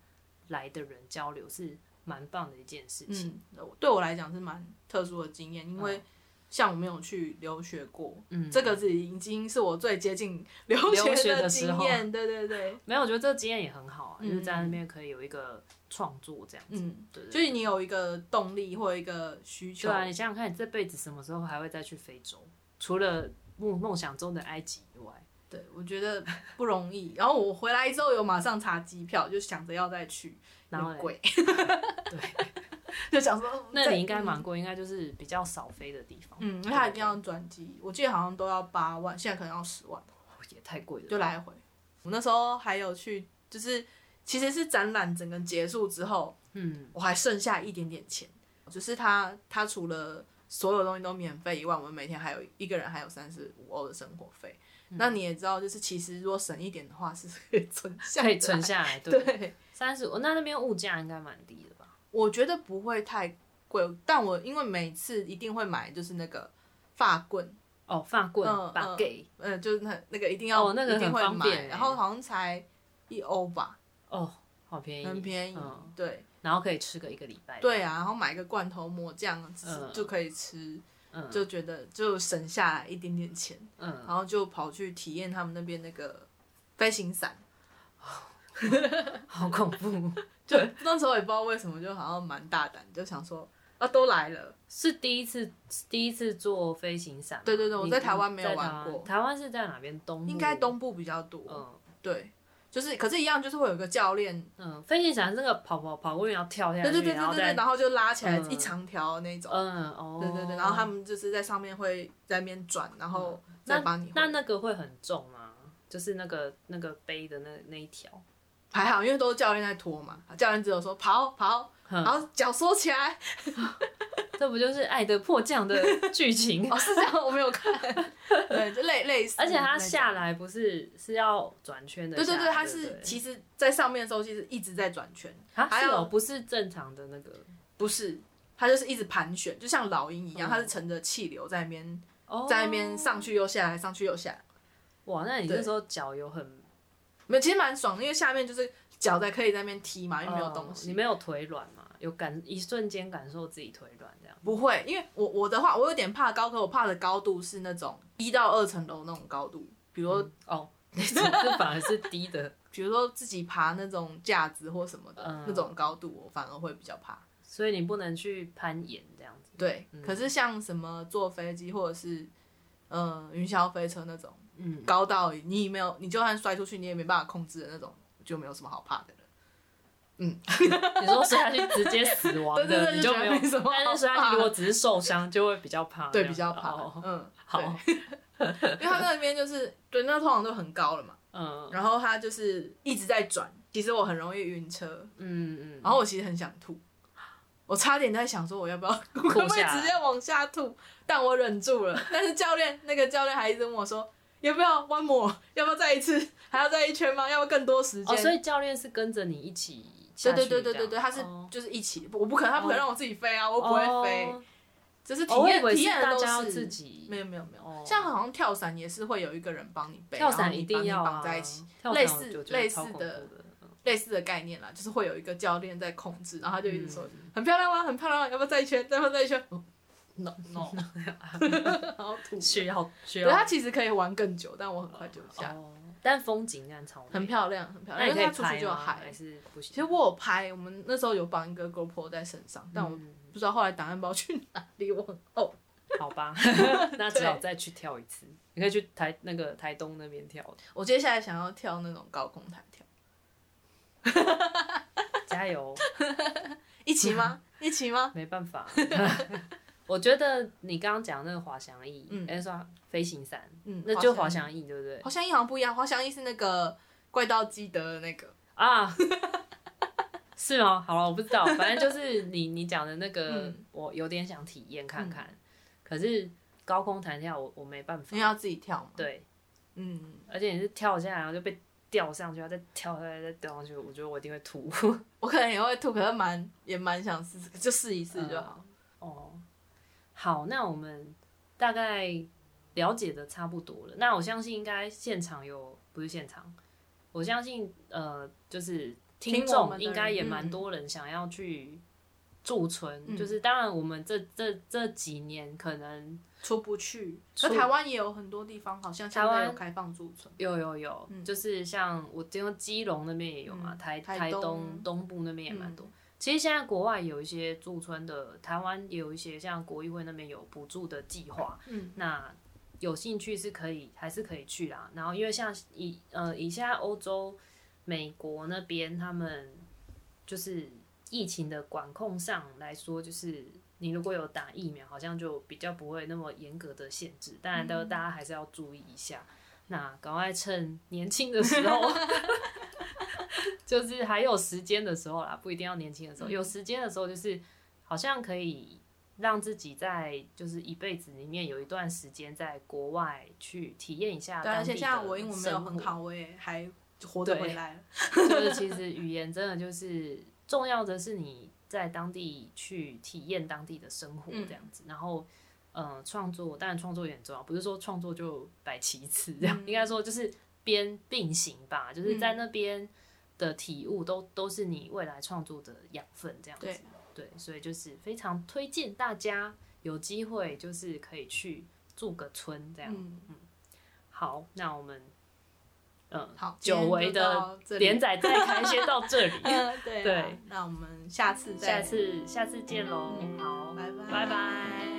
Speaker 1: 来的人交流，是蛮棒的一件事情。
Speaker 2: 嗯，对我来讲是蛮特殊的经验，因为
Speaker 1: 嗯
Speaker 2: 像我没有去留学过，
Speaker 1: 嗯，
Speaker 2: 这个是已经是我最接 近留
Speaker 1: 留
Speaker 2: 学
Speaker 1: 学的时
Speaker 2: 经
Speaker 1: 候
Speaker 2: 验。对 对对，
Speaker 1: 没有，我觉得这个经验也很好啊，
Speaker 2: 嗯
Speaker 1: 就是在那边可以有一个创作这样子。
Speaker 2: 嗯，
Speaker 1: 对对
Speaker 2: 就是你有一个动力或一个需求
Speaker 1: 对。啊，你想想看，你这辈子什么时候还会再去非洲？除了梦梦想中的埃及以外，
Speaker 2: 对，我觉得不容易。然后我回来之后有马上查机票，就想着要再去，
Speaker 1: 然后
Speaker 2: 有点
Speaker 1: 嘞
Speaker 2: 贵，
Speaker 1: 对，
Speaker 2: 就想说
Speaker 1: 那
Speaker 2: 再
Speaker 1: 里应该蛮贵，应该就是比较少飞的地方。
Speaker 2: 嗯
Speaker 1: 啊
Speaker 2: 嗯，因为它一定要转机，我记得好像都要八万，现在可能要十万，
Speaker 1: 哦也太贵了吧，
Speaker 2: 就来回。我那时候还有去，就是其实是展览整个结束之后，
Speaker 1: 嗯，
Speaker 2: 我还剩下一点点钱，就是他他除了所有东西都免费以外，我们每天还有一个人还有三十五欧的生活费。
Speaker 1: 嗯
Speaker 2: 那你也知道，就是其实如果省一点的话，是可以存下
Speaker 1: 可
Speaker 2: 来
Speaker 1: 以存下来，对。
Speaker 2: 对，
Speaker 1: 三十五，那那边物价应该蛮低的吧？
Speaker 2: 我觉得不会太贵，但我因为每次一定会买，就是那个发棍，
Speaker 1: 哦，法棍
Speaker 2: 嗯、
Speaker 1: 把给、
Speaker 2: 呃，就是那那个一定要、
Speaker 1: 哦那个
Speaker 2: 一定会
Speaker 1: 很方便
Speaker 2: 买，
Speaker 1: 欸
Speaker 2: 然后好像才一欧吧，
Speaker 1: 哦，好便宜，
Speaker 2: 很便宜。
Speaker 1: 嗯
Speaker 2: 对
Speaker 1: 然后可以吃个一个礼拜。，
Speaker 2: 对啊，然后买个罐头抹酱、
Speaker 1: 嗯
Speaker 2: 就可以吃，
Speaker 1: 嗯，
Speaker 2: 就觉得就省下来一点点钱。
Speaker 1: 嗯，
Speaker 2: 然后就跑去体验他们那边那个飞行伞，
Speaker 1: 好恐怖，
Speaker 2: 就那时候也不知道为什么，就好像蛮大胆，就想说啊都来了，
Speaker 1: 是第一次第一次坐飞行伞吗。
Speaker 2: 对对对我
Speaker 1: 你
Speaker 2: 在台湾没有玩过
Speaker 1: 在台湾台湾是在哪边？东部
Speaker 2: 应该。东部比较多，
Speaker 1: 嗯
Speaker 2: 对，就是可是，一样就是会有个教练，啊
Speaker 1: 嗯，飞行伞是那个跑跑跑过去，然后跳下
Speaker 2: 对
Speaker 1: 去，
Speaker 2: 对对对
Speaker 1: 然
Speaker 2: 对
Speaker 1: 后
Speaker 2: 对，
Speaker 1: 再
Speaker 2: 然后就拉起来
Speaker 1: 嗯
Speaker 2: 一长条那种，
Speaker 1: 嗯哦，
Speaker 2: 对对对，然后他们就是在上面会在那边转，然后再
Speaker 1: 那
Speaker 2: 帮你
Speaker 1: 那那个会很重吗？就是那个那个背的那那一条，
Speaker 2: 还好，因为都是教练在拖嘛，教练只有说跑跑，
Speaker 1: 哼
Speaker 2: 然后脚缩起来，
Speaker 1: 这不就是《爱的迫降》的剧情
Speaker 2: 哦是这样，我没有 看，对，就类类似那
Speaker 1: 而
Speaker 2: 种，
Speaker 1: 且它下来不是是要转圈的
Speaker 2: 对
Speaker 1: 下
Speaker 2: 对
Speaker 1: 来，
Speaker 2: 对，它
Speaker 1: 不
Speaker 2: 是其实，在上面的时候，其实一直在转圈，
Speaker 1: 啊，
Speaker 2: 还
Speaker 1: 还
Speaker 2: 有
Speaker 1: 有不是正常的那个
Speaker 2: 不是，它就是一直盘旋，就像老鹰一
Speaker 1: 嗯
Speaker 2: 样，它是乘着气流在那边，
Speaker 1: 哦
Speaker 2: 在那边上去又下来，上去又下来，
Speaker 1: 哇，那你
Speaker 2: 对
Speaker 1: 那时候脚有很
Speaker 2: 没有，其实蛮爽的，因为下面就是脚在可以在那边踢嘛，因为没有东
Speaker 1: 哦你
Speaker 2: 西，
Speaker 1: 没有腿软嘛？有感一瞬间感受自己腿软这样，
Speaker 2: 不会，因为我我的话，我有点怕高，可我怕的高度是那种一到二层楼那种高度，比如说
Speaker 1: 哦， 那种是反而是低的，
Speaker 2: 比如说自己爬那种架子或什么的
Speaker 1: 嗯
Speaker 2: 那种高度，我反而会比较怕。
Speaker 1: 所以你不能去攀岩这样子。
Speaker 2: 对，
Speaker 1: 嗯
Speaker 2: 可是像什么坐飞机或者是嗯云霄飞车那种。
Speaker 1: 嗯，
Speaker 2: 高到你没有，你就算摔出去，你也没办法控制的那种，就没有什么好怕的了。
Speaker 1: 你说摔下去直接死亡
Speaker 2: 对对
Speaker 1: 的，
Speaker 2: 对
Speaker 1: 你就
Speaker 2: 就觉
Speaker 1: 没
Speaker 2: 得
Speaker 1: 有
Speaker 2: 没什么。
Speaker 1: 但是摔下去如果只是受伤，就会比较怕这
Speaker 2: 对
Speaker 1: 样子。
Speaker 2: 比较怕
Speaker 1: 哦，
Speaker 2: 嗯，
Speaker 1: 好，
Speaker 2: 对 因为他那边就是对，那通常都很高了嘛，
Speaker 1: 嗯
Speaker 2: 然后他就是一直在转，其实我很容易晕车，
Speaker 1: 嗯嗯，
Speaker 2: 然后我其实很想吐，我差点在想说我要 不要我可不可以
Speaker 1: 下来
Speaker 2: 直接往下吐，但我忍住了。但是教练那个教练还一直问我说，要不要 one more，要不要再一次，还要再一圈吗？要不要更多时间？
Speaker 1: 哦，所以教练是跟着你一起下
Speaker 2: 对
Speaker 1: 去
Speaker 2: 对对对
Speaker 1: 这
Speaker 2: 对
Speaker 1: 样
Speaker 2: 对，他是
Speaker 1: 哦
Speaker 2: 就是一起，我不可能，他不可能让我自己飞啊，我不会飞，
Speaker 1: 哦
Speaker 2: 就是体
Speaker 1: 哦我以
Speaker 2: 验
Speaker 1: 为
Speaker 2: 体
Speaker 1: 是
Speaker 2: 验的
Speaker 1: 大
Speaker 2: 都
Speaker 1: 家要
Speaker 2: 是
Speaker 1: 自己
Speaker 2: 没有没有没有，
Speaker 1: 哦
Speaker 2: 像好像跳伞也是会有一个人帮你背，
Speaker 1: 跳
Speaker 2: 然后
Speaker 1: 伞
Speaker 2: 你
Speaker 1: 一定要
Speaker 2: 把你
Speaker 1: 啊
Speaker 2: 绑在一起，，
Speaker 1: 跳伞
Speaker 2: 类
Speaker 1: 我
Speaker 2: 似
Speaker 1: 就觉得
Speaker 2: 类
Speaker 1: 超
Speaker 2: 似
Speaker 1: 恐
Speaker 2: 的
Speaker 1: 怖的，
Speaker 2: 类似的概念啦，就是会有一个教练在控制，然后他就一直说、很漂亮吗？啊很漂亮吗？要不要再一圈？再要不要再一圈哦？No No，然后 吐。
Speaker 1: 需要 需
Speaker 2: 对，
Speaker 1: 要
Speaker 2: 他其实可以玩更久，但我很快就下，
Speaker 1: 哦，但风景那 超美
Speaker 2: 很漂亮，很漂
Speaker 1: 那
Speaker 2: 亮，
Speaker 1: 你可
Speaker 2: 因为
Speaker 1: 以
Speaker 2: 他出去
Speaker 1: 拍
Speaker 2: 就有
Speaker 1: 吗？
Speaker 2: 海
Speaker 1: 还。是不行？
Speaker 2: 其实我有拍，我们那时候有绑一个 GoPro 在身上，但我
Speaker 1: 嗯
Speaker 2: 不知道后来档案包去哪里，我很哦，
Speaker 1: 好吧， 那只好再去跳一次。你可以去台那个台东那边跳，
Speaker 2: 我接下来想要跳那种高空弹跳，
Speaker 1: 加油！
Speaker 2: 一起吗？一起吗？
Speaker 1: 没办 法，我觉得你刚刚讲那个滑翔翼，
Speaker 2: 嗯
Speaker 1: 哎、说飞行伞，
Speaker 2: 嗯
Speaker 1: 那就滑翔翼，对不对？
Speaker 2: 滑翔翼好像不一样，滑翔翼是那个怪盗基德的那个，
Speaker 1: 啊， 是吗？好了，我不知道，反正就是你你讲的那个，
Speaker 2: 嗯
Speaker 1: 我有点想体验看看，可是高空弹跳我我没办
Speaker 2: 因
Speaker 1: 法
Speaker 2: 为，要自己跳嘛。
Speaker 1: 对，
Speaker 2: 嗯，
Speaker 1: 而且你是跳下来然后就被吊上去，然后再跳下来再吊上去，我觉得我一定会吐。
Speaker 2: 我可能也会吐，可是蛮也蛮想试试，就试一试就好。
Speaker 1: 哦，好，那我们大概了解的差不多了。那我相信应该现场有，不是现场，我相信呃，就是听
Speaker 2: 听我
Speaker 1: 众
Speaker 2: 们的
Speaker 1: 应该也
Speaker 2: 人
Speaker 1: 蛮
Speaker 2: 嗯
Speaker 1: 多人想要去驻村，
Speaker 2: 嗯
Speaker 1: 就是当然我们这这这几年可能
Speaker 2: 出不去，
Speaker 1: 出
Speaker 2: 可台湾也有很多地方好像现
Speaker 1: 台湾
Speaker 2: 在有开放驻村。
Speaker 1: 有有有，
Speaker 2: 嗯
Speaker 1: 就是像我听说基隆那边也有嘛，
Speaker 2: 嗯
Speaker 1: 台
Speaker 2: 台
Speaker 1: 台
Speaker 2: 东嗯
Speaker 1: 东东部那边也蛮多。其实现在国外有一些驻村的，台湾也有一些像国议会那边有补助的计划，
Speaker 2: 嗯，
Speaker 1: 那有兴趣是可以还是可以去啦。然后因为像以呃以现在欧洲、美国那边他们就是疫情的管控上来说，就是你如果有打疫苗，好像就比较不会那么严格的限制。当然，都大家还是要注意一下。那赶快趁年轻的时候，就是还有时间的时候啦，不一定要年轻的时
Speaker 2: 嗯
Speaker 1: 候，有时间的时候，就是好像可以让自己在就是一辈子里面有一段时间在国外去体验一下
Speaker 2: 对，
Speaker 1: 当
Speaker 2: 啊而
Speaker 1: 地
Speaker 2: 且
Speaker 1: 的
Speaker 2: 现在我英文没有
Speaker 1: 生
Speaker 2: 很
Speaker 1: 活
Speaker 2: 好，我也还活得回来了。
Speaker 1: 就是其实语言真的就是重要的是你在当地去体验当地的生活这样子，然后嗯，创、作当然创作也很重要，不是说创作就摆其次这样，
Speaker 2: 嗯
Speaker 1: 应该说就是边并行吧，就是在那边的体悟都都是你未来创作的养分这样子
Speaker 2: 对，
Speaker 1: 对，所以就是非常推荐大家有机会就是可以去住个村这样。
Speaker 2: 嗯，
Speaker 1: 好，那我们嗯
Speaker 2: 好，
Speaker 1: 久违的
Speaker 2: 的
Speaker 1: 连载再开先到这里。
Speaker 2: 嗯， 对啊嗯
Speaker 1: 对
Speaker 2: 那我们下次
Speaker 1: 下
Speaker 2: 再
Speaker 1: 次下次见喽。好，
Speaker 2: 嗯拜
Speaker 1: 拜
Speaker 2: 拜
Speaker 1: 拜